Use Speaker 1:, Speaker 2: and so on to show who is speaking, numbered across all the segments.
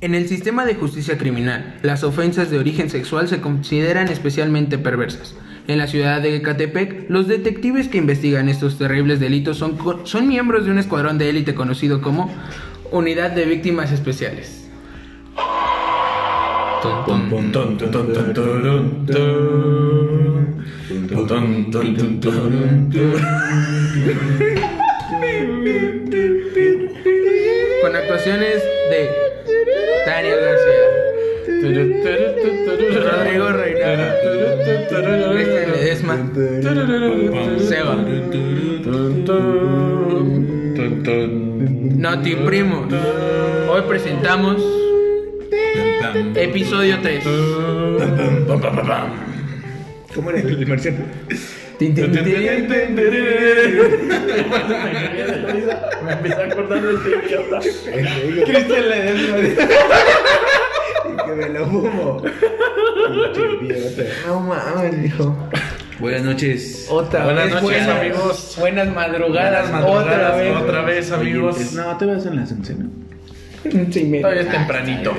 Speaker 1: En el sistema de justicia criminal, las ofensas de origen sexual se consideran especialmente perversas. En la ciudad de Ecatepec, los detectives que investigan estos terribles delitos son, son miembros de un escuadrón de élite conocido como Unidad de Víctimas Especiales. Con actuaciones de Tania García, Rodrigo Este Reinaldo, Cristian Ledesma, Seba, Noti Primo. Hoy presentamos episodio 3.
Speaker 2: ¿Cómo era el marciano?
Speaker 3: Me empecé a acordar del idiota.
Speaker 2: Cristian Que me lo fumo. No mames, hijo.
Speaker 4: Buenas noches.
Speaker 1: Otra
Speaker 3: Buenas
Speaker 1: vez,
Speaker 3: noches,
Speaker 1: buenas,
Speaker 3: amigos.
Speaker 1: Buenas madrugadas, otra
Speaker 3: Madrugadas,
Speaker 1: vez.
Speaker 3: Otra vez, amigos.
Speaker 4: No, te vas en la cena.
Speaker 1: Once y media.
Speaker 3: Todavía es tempranito.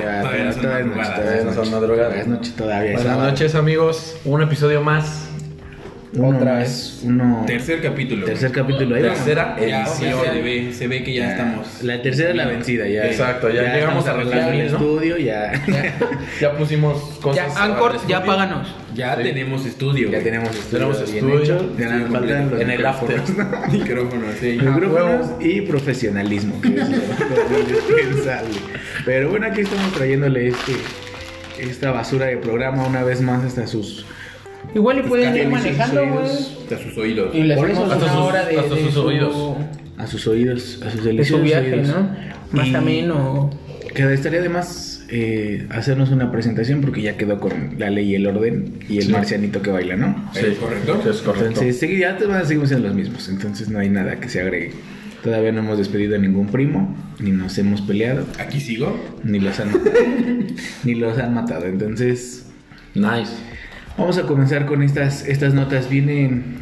Speaker 4: Todavía
Speaker 2: Todavía no
Speaker 4: no son madrugadas,
Speaker 2: son
Speaker 4: noche.
Speaker 2: madrugadas.
Speaker 4: Buenas noches todavía. es
Speaker 3: Buenas
Speaker 4: sábado.
Speaker 3: noches, amigos. Un episodio más.
Speaker 4: Uno
Speaker 2: Otra
Speaker 4: más,
Speaker 2: vez.
Speaker 4: Uno.
Speaker 5: Tercer capítulo.
Speaker 4: Tercer capítulo. ahí vamos.
Speaker 5: Tercera edición.
Speaker 4: Ya, oficial.
Speaker 5: Se ve, se ve que ya, estamos.
Speaker 4: La tercera es la vencida, ya.
Speaker 3: Exacto, ya llegamos
Speaker 4: estamos
Speaker 3: a los
Speaker 4: arreglando el
Speaker 3: mil, ¿no?
Speaker 4: estudio, ya.
Speaker 3: Ya pusimos
Speaker 1: Ya,
Speaker 3: cosas.
Speaker 1: Anchor, ya
Speaker 3: pagan
Speaker 1: páganos.
Speaker 5: Ya tenemos estudio.
Speaker 4: Ya
Speaker 5: güey.
Speaker 4: tenemos estudio.
Speaker 3: Tenemos
Speaker 4: bien
Speaker 3: estudio,
Speaker 4: hecho.
Speaker 3: estudio
Speaker 4: Ya nada más
Speaker 5: completo.
Speaker 4: faltan los
Speaker 3: En el after.
Speaker 4: micrófonos.
Speaker 5: Micrófono, sí.
Speaker 1: Ah,
Speaker 4: Micrófonos y profesionalismo, que es lo, lo indispensable. Pero bueno, aquí estamos trayéndole este, esta basura de programa una vez más hasta sus
Speaker 1: Igual y pueden ir
Speaker 4: canales
Speaker 1: Pues, manejando, güey.
Speaker 4: oídos,
Speaker 5: Hasta sus oídos.
Speaker 1: Y le
Speaker 4: Por
Speaker 1: hacemos
Speaker 4: eso
Speaker 1: una
Speaker 3: hasta sus-
Speaker 1: hora de,
Speaker 3: hasta
Speaker 1: de
Speaker 3: sus
Speaker 1: su,
Speaker 3: oídos.
Speaker 4: a sus oídos, a sus
Speaker 1: de su
Speaker 4: deliciosos
Speaker 1: viaje,
Speaker 4: oídos.
Speaker 1: ¿no? Más
Speaker 4: Y
Speaker 1: también o...
Speaker 4: Que estaría de más eh, hacernos una presentación porque ya quedó con la ley y el orden y el marcianito que baila, ¿no?
Speaker 5: ¿Es correcto?
Speaker 3: Es correcto.
Speaker 4: Entonces, sí, ya te van a seguir siendo los mismos, entonces no hay nada que se agregue. Todavía no hemos despedido a ningún primo, ni nos hemos peleado.
Speaker 5: Aquí sigo.
Speaker 4: Ni los han matado. ni los han matado. Entonces,
Speaker 3: Nice.
Speaker 4: vamos a comenzar con estas estas notas. Vienen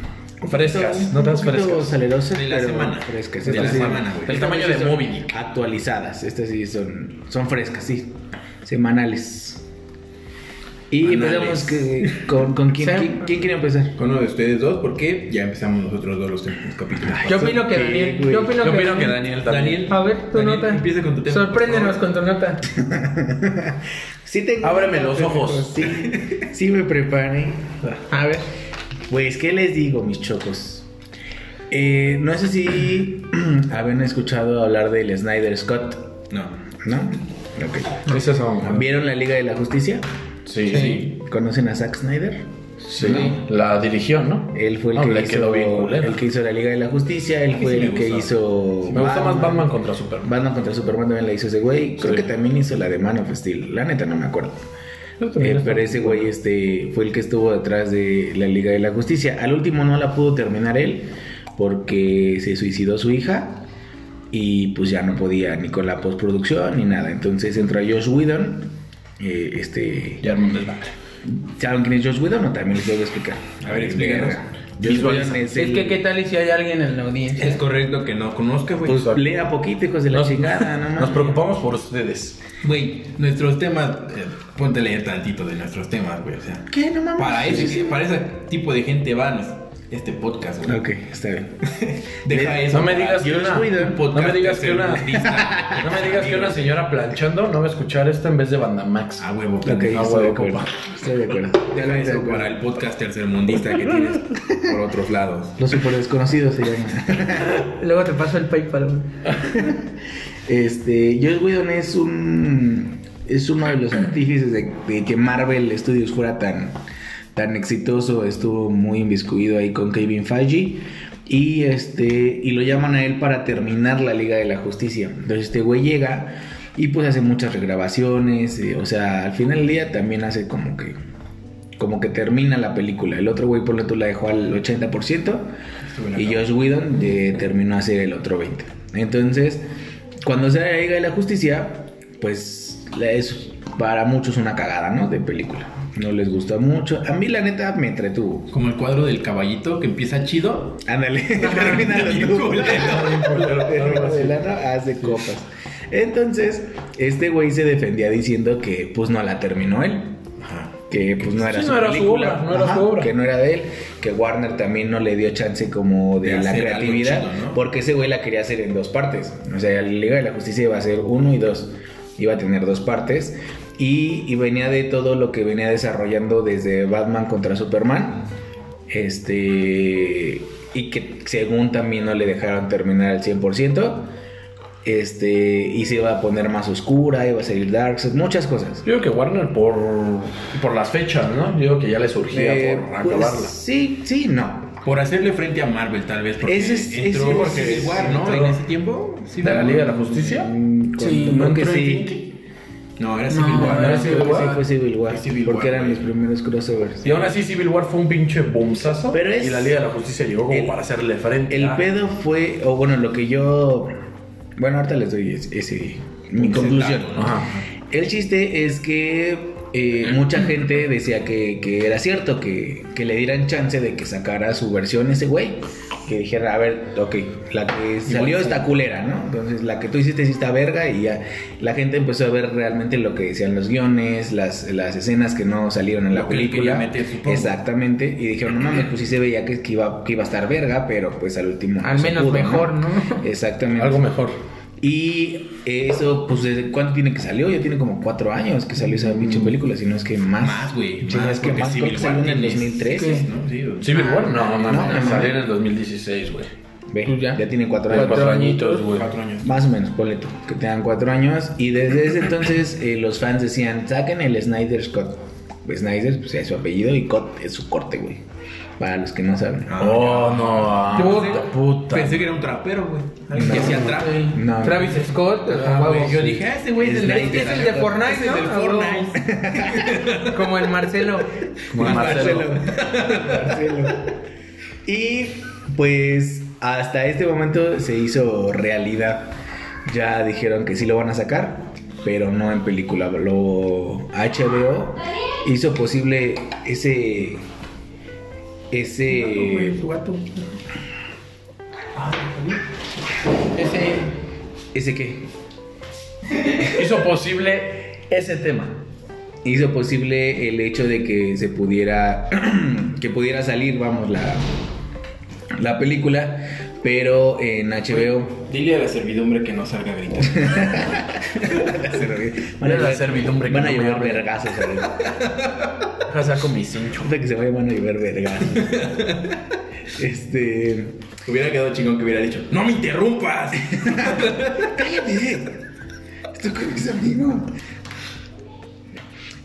Speaker 3: Frescas,
Speaker 4: un
Speaker 3: notas
Speaker 4: poquito
Speaker 3: frescas.
Speaker 4: salerosas,
Speaker 5: De la
Speaker 4: pero
Speaker 5: semana.
Speaker 4: frescas.
Speaker 5: De
Speaker 4: Estas
Speaker 5: la
Speaker 4: sí-
Speaker 5: semana, güey.
Speaker 3: El tamaño de
Speaker 4: son
Speaker 3: Moby Dick.
Speaker 4: Actualizadas. Estas sí son, son frescas, sí. Semanales. Y
Speaker 5: Anales.
Speaker 4: empezamos que, con, con quién,
Speaker 1: Sem-
Speaker 4: quién, quién quiere empezar.
Speaker 5: Con uno de ustedes dos, porque ya empezamos nosotros dos los últimos capítulos.
Speaker 1: Yo opino que
Speaker 4: qué,
Speaker 1: Daniel.
Speaker 4: güey.
Speaker 1: Yo opino
Speaker 3: Yo
Speaker 1: que,
Speaker 3: opino que Daniel también.
Speaker 1: A ver, tu
Speaker 5: Daniel,
Speaker 1: nota.
Speaker 5: empieza con tu tema,
Speaker 1: Sorpréndenos
Speaker 5: por
Speaker 1: con tu nota.
Speaker 4: Sí tengo-
Speaker 3: Ábreme los ojos.
Speaker 4: Sí, sí me preparé.
Speaker 1: A ver.
Speaker 4: Pues, ¿qué les digo, mis chocos? Eh, no sé si habían escuchado hablar del Snyder Scott,
Speaker 5: No.
Speaker 4: ¿no? Ok.
Speaker 3: Esa es la-
Speaker 4: ¿Vieron la Liga de la Justicia?
Speaker 3: Sí,
Speaker 1: Sí.
Speaker 3: sí.
Speaker 4: ¿Conocen a Zack Snyder?
Speaker 3: Sí. La dirigió, ¿no?
Speaker 5: Eh,
Speaker 4: Él fue el,
Speaker 3: No,
Speaker 4: que,
Speaker 3: le
Speaker 4: hizo,
Speaker 3: quedó bien culero.
Speaker 4: el que hizo la Liga de la Justicia, él
Speaker 5: mí
Speaker 4: fue
Speaker 5: sí me
Speaker 4: el que
Speaker 5: gustó.
Speaker 4: hizo...
Speaker 3: Me gusta más Batman contra Superman.
Speaker 4: Batman contra Superman también la hizo ese güey. Creo
Speaker 3: Sí.
Speaker 4: que también hizo la de Man of Steel. La neta no me acuerdo. Eh, pero ese güey este, fue el que estuvo detrás de la Liga de la Justicia. Al último no la pudo terminar él porque se suicidó su hija y pues ya no podía ni con la postproducción ni nada. Entonces entró Josh Whedon. eh, este,
Speaker 5: Ya armando el back.
Speaker 4: ¿Saben quién es Josh Whedon o también les voy a explicar?
Speaker 5: A ver, explíquenos.
Speaker 4: Verga. Josh Whedon
Speaker 1: Es
Speaker 4: es el-
Speaker 1: que, ¿qué tal y si hay alguien en la audiencia?
Speaker 5: Es correcto que no conozca, güey.
Speaker 4: Pues lea poquito, hijos de la
Speaker 3: Nos-
Speaker 4: chingada, ¿no?
Speaker 3: Nos preocupamos por ustedes.
Speaker 5: Güey, nuestros temas. eh, ponte a leer tantito de nuestros temas, güey. O sea,
Speaker 4: ¿Qué? No mames.
Speaker 5: para ese, para ese tipo de gente va nos- este podcast, güey.
Speaker 4: Ok, está bien.
Speaker 5: Deja eso.
Speaker 3: Eh, No me
Speaker 5: para-
Speaker 3: digas que
Speaker 4: Yo
Speaker 3: una.
Speaker 4: soy de un
Speaker 3: No me digas que una.
Speaker 5: tercermundista.
Speaker 3: No me digas que una señora planchando no va a escuchar esto en vez de Banda Max.
Speaker 4: Ah,
Speaker 5: A huevo,
Speaker 4: Ok,
Speaker 5: pendejo.
Speaker 4: estoy de
Speaker 3: huevo,
Speaker 4: acuerdo.
Speaker 3: compa.
Speaker 4: Estoy de acuerdo.
Speaker 5: Deja
Speaker 4: Estoy de
Speaker 5: eso
Speaker 4: acuerdo.
Speaker 5: para el podcast tercermundista que tienes por otros lados.
Speaker 4: Los super desconocidos se llaman.
Speaker 1: Luego te paso el PayPal. güey.
Speaker 4: Este, Josh Whedon es un. Es uno de los artífices de, de que Marvel Studios fuera tan, tan exitoso. Estuvo muy inviscuido ahí con Kevin Feige. Y este. Y lo llaman a él para terminar la Liga de la Justicia. Entonces este güey llega y pues hace muchas regrabaciones. eh, o sea, al final del día también hace como que. Como que termina la película. El otro güey, por lo tanto, la dejó al 80%.
Speaker 5: Estuve
Speaker 4: Y
Speaker 5: la-
Speaker 4: Josh Whedon eh, terminó a hacer el otro 20. Entonces, cuando se llega de la justicia, pues la- es para muchos una cagada, ¿no? De película. No les gusta mucho. A mí, la neta, me entretuvo.
Speaker 5: Como el cuadro del caballito que empieza chido.
Speaker 4: Ándale, termínalo
Speaker 5: Bien
Speaker 4: tú.
Speaker 5: culero.
Speaker 4: Termínalo de lado, haz de copas. Entonces, este güey se defendía diciendo que pues no la terminó él. Que pues no era,
Speaker 3: Sí,
Speaker 4: su,
Speaker 3: no era su
Speaker 4: película,
Speaker 3: obra, no era su obra.
Speaker 4: que no era de él, que Warner también no le dio chance como
Speaker 5: De
Speaker 4: de, la
Speaker 5: hacer algo
Speaker 4: creatividad,
Speaker 5: chido, ¿no?
Speaker 4: porque ese güey la quería hacer en dos partes. O sea, la Liga de la Justicia iba a ser uno y dos, iba a tener dos partes, y, y venía de todo lo que venía desarrollando desde Batman contra Superman, este. Y que según también no le dejaron terminar al 100%. Este. Y se iba a poner más oscura, iba a salir Darkseid, muchas cosas.
Speaker 3: Yo digo que Warner por, por las fechas, ¿no? Yo digo que ya le surgía
Speaker 4: Eh,
Speaker 3: por
Speaker 4: pues,
Speaker 3: acabarla.
Speaker 4: sí, sí, no.
Speaker 5: Por hacerle frente a Marvel, tal vez. Porque
Speaker 4: Ese es-
Speaker 5: entró
Speaker 4: ese es-
Speaker 5: Civil War, ¿no?
Speaker 3: entró.
Speaker 5: En ese tiempo.
Speaker 3: ¿De
Speaker 5: Civil
Speaker 3: la
Speaker 5: War.
Speaker 3: Liga de la Justicia?
Speaker 4: Mm,
Speaker 1: Sí,
Speaker 4: creo
Speaker 1: no
Speaker 4: que
Speaker 1: creo en
Speaker 4: sí.
Speaker 1: Infinity.
Speaker 5: No, era Civil
Speaker 1: No,
Speaker 5: War.
Speaker 1: era
Speaker 5: ¿no?
Speaker 1: Civil
Speaker 4: Creo que
Speaker 1: War.
Speaker 4: sí fue Civil War.
Speaker 5: Fue Civil War,
Speaker 4: porque eran
Speaker 5: güey.
Speaker 4: los primeros crossovers.
Speaker 3: Y aún así Civil War fue un pinche bombazo.
Speaker 4: Pero es-
Speaker 3: Y la Liga de la Justicia llegó como
Speaker 4: el-
Speaker 3: para hacerle frente.
Speaker 4: El
Speaker 3: Ah,
Speaker 4: pedo fue, o bueno, lo que yo. Bueno, ahorita les doy ese, ese- mi
Speaker 5: Ese
Speaker 4: conclusión.
Speaker 5: dato, ¿no?
Speaker 4: Ajá. El chiste es que eh, mucha gente decía que, que era cierto, que, que le dieran chance de que sacara su versión ese güey. Que dijera, a ver, ok, la que salió está culera, ¿no? Entonces la que tú hiciste sí está verga y ya la gente empezó a ver realmente lo que decían los guiones, las, las escenas que no salieron en la
Speaker 5: Lo que él
Speaker 4: película.
Speaker 5: quería meter, supongo.
Speaker 4: Exactamente. Y dijeron, no mames, pues sí se veía que, que iba, que iba a estar verga, pero pues al último. no
Speaker 1: Al
Speaker 4: se
Speaker 1: menos
Speaker 4: pudo,
Speaker 1: mejor, ¿no?
Speaker 4: Exactamente.
Speaker 3: Algo mejor.
Speaker 4: Y eso, pues, ¿desde cuánto tiene que salió? Ya tiene como cuatro años que salió esa pinche película, si no es que más.
Speaker 5: Mm. Más, güey.
Speaker 4: Si no
Speaker 5: más,
Speaker 4: es que
Speaker 5: porque
Speaker 4: más, creo que
Speaker 5: Civil
Speaker 4: salió
Speaker 5: War
Speaker 4: en el
Speaker 5: tiene
Speaker 4: 2013.
Speaker 5: seis, ¿no? Sí, güey.
Speaker 3: Civil War, no, no,
Speaker 4: no,
Speaker 3: no,
Speaker 4: no.
Speaker 3: salió en el 2016, güey.
Speaker 4: Ve,
Speaker 1: Pues ya.
Speaker 4: ya tiene cuatro años.
Speaker 3: Cuatro, añitos, güey.
Speaker 5: Cuatro años.
Speaker 4: Más o menos, ponle tú, que tengan cuatro años. Y desde ese entonces eh, los fans decían, saquen el Snyder Scott. Snyder, pues es su apellido y Scott es su corte, güey. Para los que no saben.
Speaker 5: Ah,
Speaker 3: Oh, no. Puta, puta.
Speaker 5: Pensé que era un trapero, güey. Alguien que
Speaker 4: No.
Speaker 5: hacía trap.
Speaker 1: Sí.
Speaker 4: No.
Speaker 1: Travis Scott,
Speaker 5: Ah,
Speaker 1: a
Speaker 5: güey,
Speaker 1: huevo.
Speaker 5: Yo dije, ah, ese güey es, del-
Speaker 1: Es que es el de Fortnite,
Speaker 5: es el
Speaker 1: ¿no?
Speaker 5: del
Speaker 1: A huevo.
Speaker 5: Fortnite.
Speaker 1: Como el Marcelo.
Speaker 3: Como el Marcelo.
Speaker 4: Marcelo. Y pues hasta este momento se hizo realidad. Ya dijeron que sí lo van a sacar, pero no en película. Lo HBO hizo posible ese ese
Speaker 1: Ese.
Speaker 4: ese qué
Speaker 3: Hizo posible ese tema.
Speaker 4: hizo posible el hecho de que se pudiera que pudiera salir, vamos la la película, pero en HBO
Speaker 5: Dile a la servidumbre que no salga gritando.
Speaker 4: Van a
Speaker 3: Era la
Speaker 4: llover-
Speaker 3: servidumbre que
Speaker 4: Van a
Speaker 3: no me
Speaker 4: llover
Speaker 3: abre.
Speaker 4: vergazos. ahorita.
Speaker 3: Deja saco mi cincho.
Speaker 4: Ahorita que se vaya van a llover vergazos. Este.
Speaker 5: Hubiera quedado chingón que hubiera dicho, ¡No me interrumpas!
Speaker 4: Estoy con mis amigos.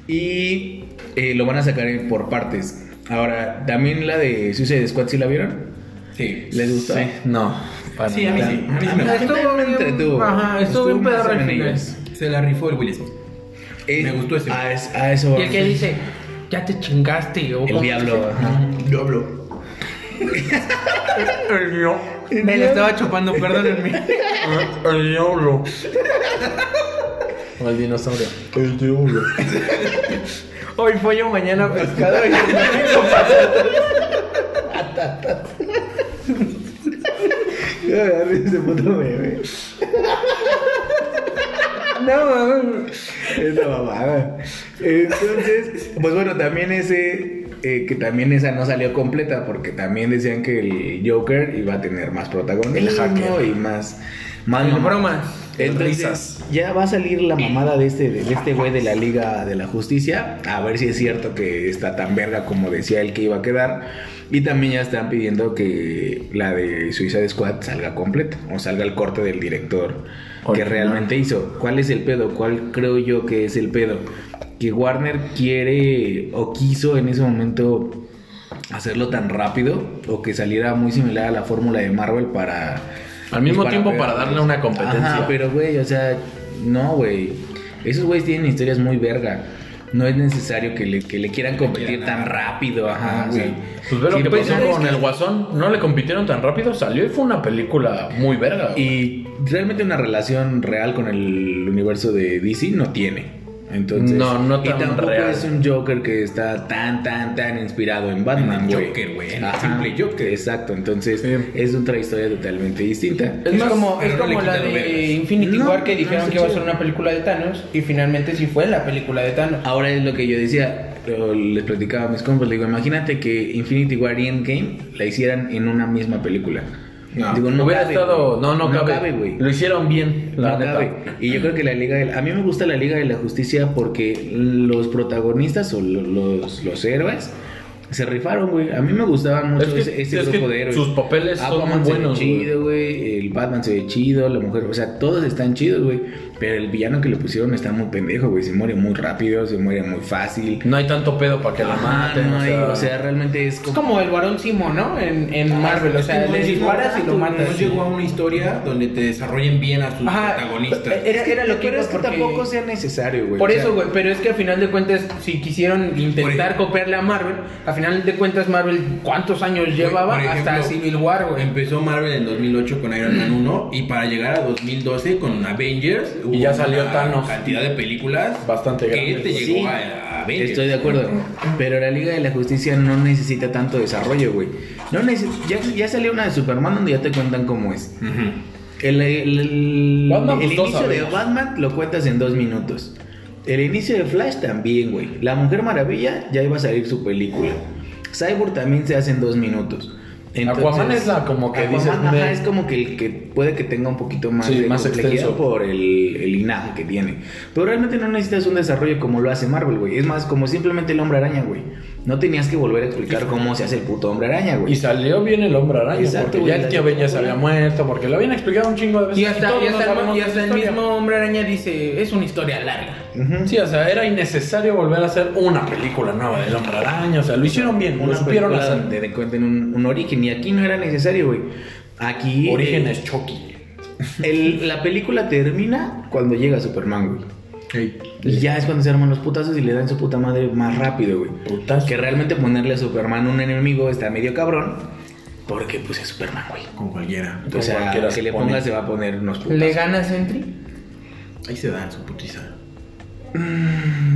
Speaker 4: Y eh, lo van a sacar en- por partes. Ahora, también la de Suicide Squad, ¿sí la vieron?
Speaker 5: Sí.
Speaker 4: ¿Les gustó?
Speaker 3: Sí, no. para
Speaker 5: Sí, a mí
Speaker 3: nada.
Speaker 5: sí. A mí sí me
Speaker 4: Ah,
Speaker 5: gustó.
Speaker 1: Estuvo
Speaker 4: me
Speaker 1: bien-
Speaker 4: entretuvo.
Speaker 1: ajá, estuvo bien
Speaker 4: más
Speaker 1: pedorro
Speaker 4: o
Speaker 1: al
Speaker 4: menos.
Speaker 1: final.
Speaker 5: Se la rifó el Will Smith.
Speaker 4: Eh,
Speaker 5: Me gustó ese.
Speaker 4: A, es- a eso
Speaker 1: Y el que
Speaker 4: vamos.
Speaker 1: dice, ya te chingaste. o
Speaker 4: El
Speaker 1: como-
Speaker 4: diablo. ajá.
Speaker 5: Diablo.
Speaker 3: El diablo.
Speaker 1: Me la estaba chupando, perdónenme.
Speaker 3: El diablo. O el dinosaurio. El diablo.
Speaker 1: Hoy pollo, mañana pescado.
Speaker 4: Me da risa ese puto bebé.
Speaker 1: No, mames.
Speaker 4: Es la mamada. Entonces, pues bueno, también ese. eh, que también esa no salió completa porque también decían que el Joker iba a tener más protagonismo y más más
Speaker 5: Ah,
Speaker 1: El
Speaker 4: mamá.
Speaker 1: bromas,
Speaker 4: entonces
Speaker 3: risas.
Speaker 4: ya va a salir la mamada de este de este güey de la Liga de la Justicia a ver si es cierto que está tan verga como decía él que iba a quedar y también ya están pidiendo que la de Suicide Squad salga completa o salga el corte del director que
Speaker 3: Original.
Speaker 4: realmente te hizo. ¿Cuál es el pedo? ¿Cuál creo yo que es el pedo? Que Warner quiere o quiso en ese momento hacerlo tan rápido o que saliera muy similar a la fórmula de Marvel para...
Speaker 3: Al mismo
Speaker 4: pues,
Speaker 3: tiempo para
Speaker 4: pegarlos.
Speaker 3: darle una competencia.
Speaker 4: Ajá, pero güey, o sea, no, güey. Esos güeyes tienen historias muy verga. No es necesario que le, que le quieran competir
Speaker 5: quieran
Speaker 4: tan rápido, ajá,
Speaker 5: Ah,
Speaker 4: güey.
Speaker 5: sí.
Speaker 3: Pues ve lo
Speaker 4: Sí,
Speaker 3: que
Speaker 4: pues,
Speaker 3: pasó
Speaker 4: es
Speaker 3: con
Speaker 4: que-
Speaker 3: el Guasón. No le compitieron tan rápido, salió y fue una película muy verga. güey.
Speaker 4: Y realmente una relación real con el universo de DC no tiene. Entonces,
Speaker 3: No, no tan
Speaker 4: y tampoco
Speaker 3: real.
Speaker 4: es un Joker que está tan, tan, tan inspirado en
Speaker 5: En
Speaker 4: Batman,
Speaker 5: el
Speaker 4: güey.
Speaker 5: Joker, güey, en el
Speaker 4: Ajá,
Speaker 5: simple Joker.
Speaker 4: Exacto, entonces
Speaker 3: Sí.
Speaker 4: es otra historia totalmente distinta.
Speaker 1: Es
Speaker 5: Eso,
Speaker 1: como,
Speaker 5: pero
Speaker 1: es
Speaker 5: no le
Speaker 1: como la
Speaker 5: quitaron
Speaker 1: de
Speaker 5: vergas.
Speaker 1: Infinity
Speaker 4: No,
Speaker 1: War que
Speaker 4: no,
Speaker 1: dijeron
Speaker 4: está
Speaker 1: que iba a
Speaker 4: chido.
Speaker 1: ser una película de Thanos y finalmente sí fue la película de Thanos.
Speaker 4: Ahora es lo que yo decía, lo- les platicaba a mis compas, le digo, imagínate que Infinity War y Endgame la hicieran en una misma película.
Speaker 5: No,
Speaker 4: Digo,
Speaker 3: hubiera
Speaker 4: cabe,
Speaker 3: estado.
Speaker 4: güey.
Speaker 3: No, no, cabe.
Speaker 4: güey.
Speaker 3: Lo hicieron bien, la
Speaker 4: No
Speaker 3: neta.
Speaker 4: cabe. Y yo creo que la Liga de la- A mí me gusta la Liga de la Justicia porque los protagonistas o lo- los, los héroes se rifaron, güey. A mí me gustaban mucho
Speaker 3: Es que-
Speaker 4: ese, ese
Speaker 3: es que
Speaker 4: grupo de héroes.
Speaker 3: sus papeles son muy buenos,
Speaker 4: Se ve chido, güey. El Batman se ve chido, la mujer. O sea, todos están chidos, güey. Pero el villano que le pusieron está muy pendejo, güey. Se muere muy rápido, se muere muy fácil.
Speaker 3: No hay tanto pedo para que la
Speaker 4: Ajá,
Speaker 3: maten.
Speaker 4: no
Speaker 3: o,
Speaker 4: hay-
Speaker 3: sea,
Speaker 4: o sea, realmente es
Speaker 1: Es
Speaker 4: como.
Speaker 1: como el varón Simo, ¿no? En, en Marvel, o sea,
Speaker 5: Ah, Es que
Speaker 1: le
Speaker 5: no llegó-
Speaker 1: disparas y lo matas.
Speaker 5: No llegó a una historia donde te desarrollen bien a sus
Speaker 1: Ajá,
Speaker 5: protagonistas.
Speaker 1: era, era lo que
Speaker 4: Pero
Speaker 1: iba
Speaker 4: es que
Speaker 1: porque-
Speaker 4: tampoco sea necesario, güey.
Speaker 1: Por
Speaker 4: O sea,
Speaker 1: eso, güey, pero es que a final de cuentas, si quisieron intentar copiarle a Marvel, a final de cuentas Marvel, ¿cuántos años
Speaker 5: Güey,
Speaker 1: llevaba?
Speaker 5: por ejemplo,
Speaker 1: Hasta Civil War, güey.
Speaker 5: Empezó Marvel en 2008 con Iron Man 1 y para llegar a 2012 con Avengers hubo
Speaker 3: Y ya salió
Speaker 5: una
Speaker 3: Thanos.
Speaker 5: cantidad de películas
Speaker 3: Bastante
Speaker 5: que
Speaker 3: grande,
Speaker 5: te
Speaker 3: güey.
Speaker 5: llegó
Speaker 4: Sí.
Speaker 5: a a Avengers.
Speaker 4: Estoy de acuerdo. Pero la Liga de la Justicia no necesita tanto desarrollo, güey. No neces- ya, ya salió una de Superman donde ya te cuentan cómo es.
Speaker 5: Ujú.
Speaker 4: El, el- el-
Speaker 3: Batman, pues,
Speaker 4: el
Speaker 3: todos
Speaker 4: inicio de
Speaker 3: sabemos.
Speaker 4: Batman lo cuentas en dos minutos. El inicio de Flash también, güey. La Mujer Maravilla ya iba a salir su película. Cyborg también se hace en dos minutos.
Speaker 3: Aquaman es la como que
Speaker 4: Aquaman,
Speaker 3: dices,
Speaker 4: ajá,
Speaker 3: "Me".
Speaker 4: es como que el que puede que tenga un poquito más
Speaker 3: Sí,
Speaker 4: de
Speaker 3: más
Speaker 4: complejidad
Speaker 3: extenso.
Speaker 4: por el, el linaje que tiene. Pero realmente no necesitas un desarrollo como lo hace Marvel, güey. Es más, como simplemente el hombre araña, güey. No tenías que volver a explicar cómo se hace el puto hombre araña, güey.
Speaker 3: Y salió bien el hombre araña,
Speaker 4: Exacto,
Speaker 3: porque
Speaker 4: güey,
Speaker 3: ya el
Speaker 4: la
Speaker 3: tío Ben ya se había
Speaker 4: película.
Speaker 3: muerto, porque lo habían explicado un chingo de veces.
Speaker 1: Y hasta,
Speaker 3: Pues todos
Speaker 1: y hasta
Speaker 3: nos
Speaker 1: el,
Speaker 3: sabemos
Speaker 1: y
Speaker 3: esa
Speaker 1: hasta el
Speaker 3: historia.
Speaker 1: mismo hombre araña dice, es una historia larga.
Speaker 4: Ujú.
Speaker 3: Sí, o sea, era innecesario volver a hacer una película nueva del hombre araña. O sea, lo hicieron bien, lo
Speaker 4: una
Speaker 3: supieron
Speaker 4: película
Speaker 3: hacer.
Speaker 4: donde te cuenten un, un origen. Y aquí no era necesario, güey. Aquí. eh,
Speaker 3: Orígenes Chucky.
Speaker 4: el- la película termina cuando llega Superman, güey. Y ya es cuando se arman los putazos y le dan su puta madre más rápido, güey.
Speaker 3: Putazo.
Speaker 4: Que realmente ponerle a Superman un enemigo está medio cabrón. Porque pues es Superman, güey.
Speaker 5: Con cualquiera.
Speaker 4: O sea,
Speaker 3: cualquiera
Speaker 4: lo que
Speaker 3: se
Speaker 4: le
Speaker 3: pone.
Speaker 4: pongas se va a poner unos putazos.
Speaker 1: ¿Le gana Sentry?
Speaker 5: Ahí se dan su putiza.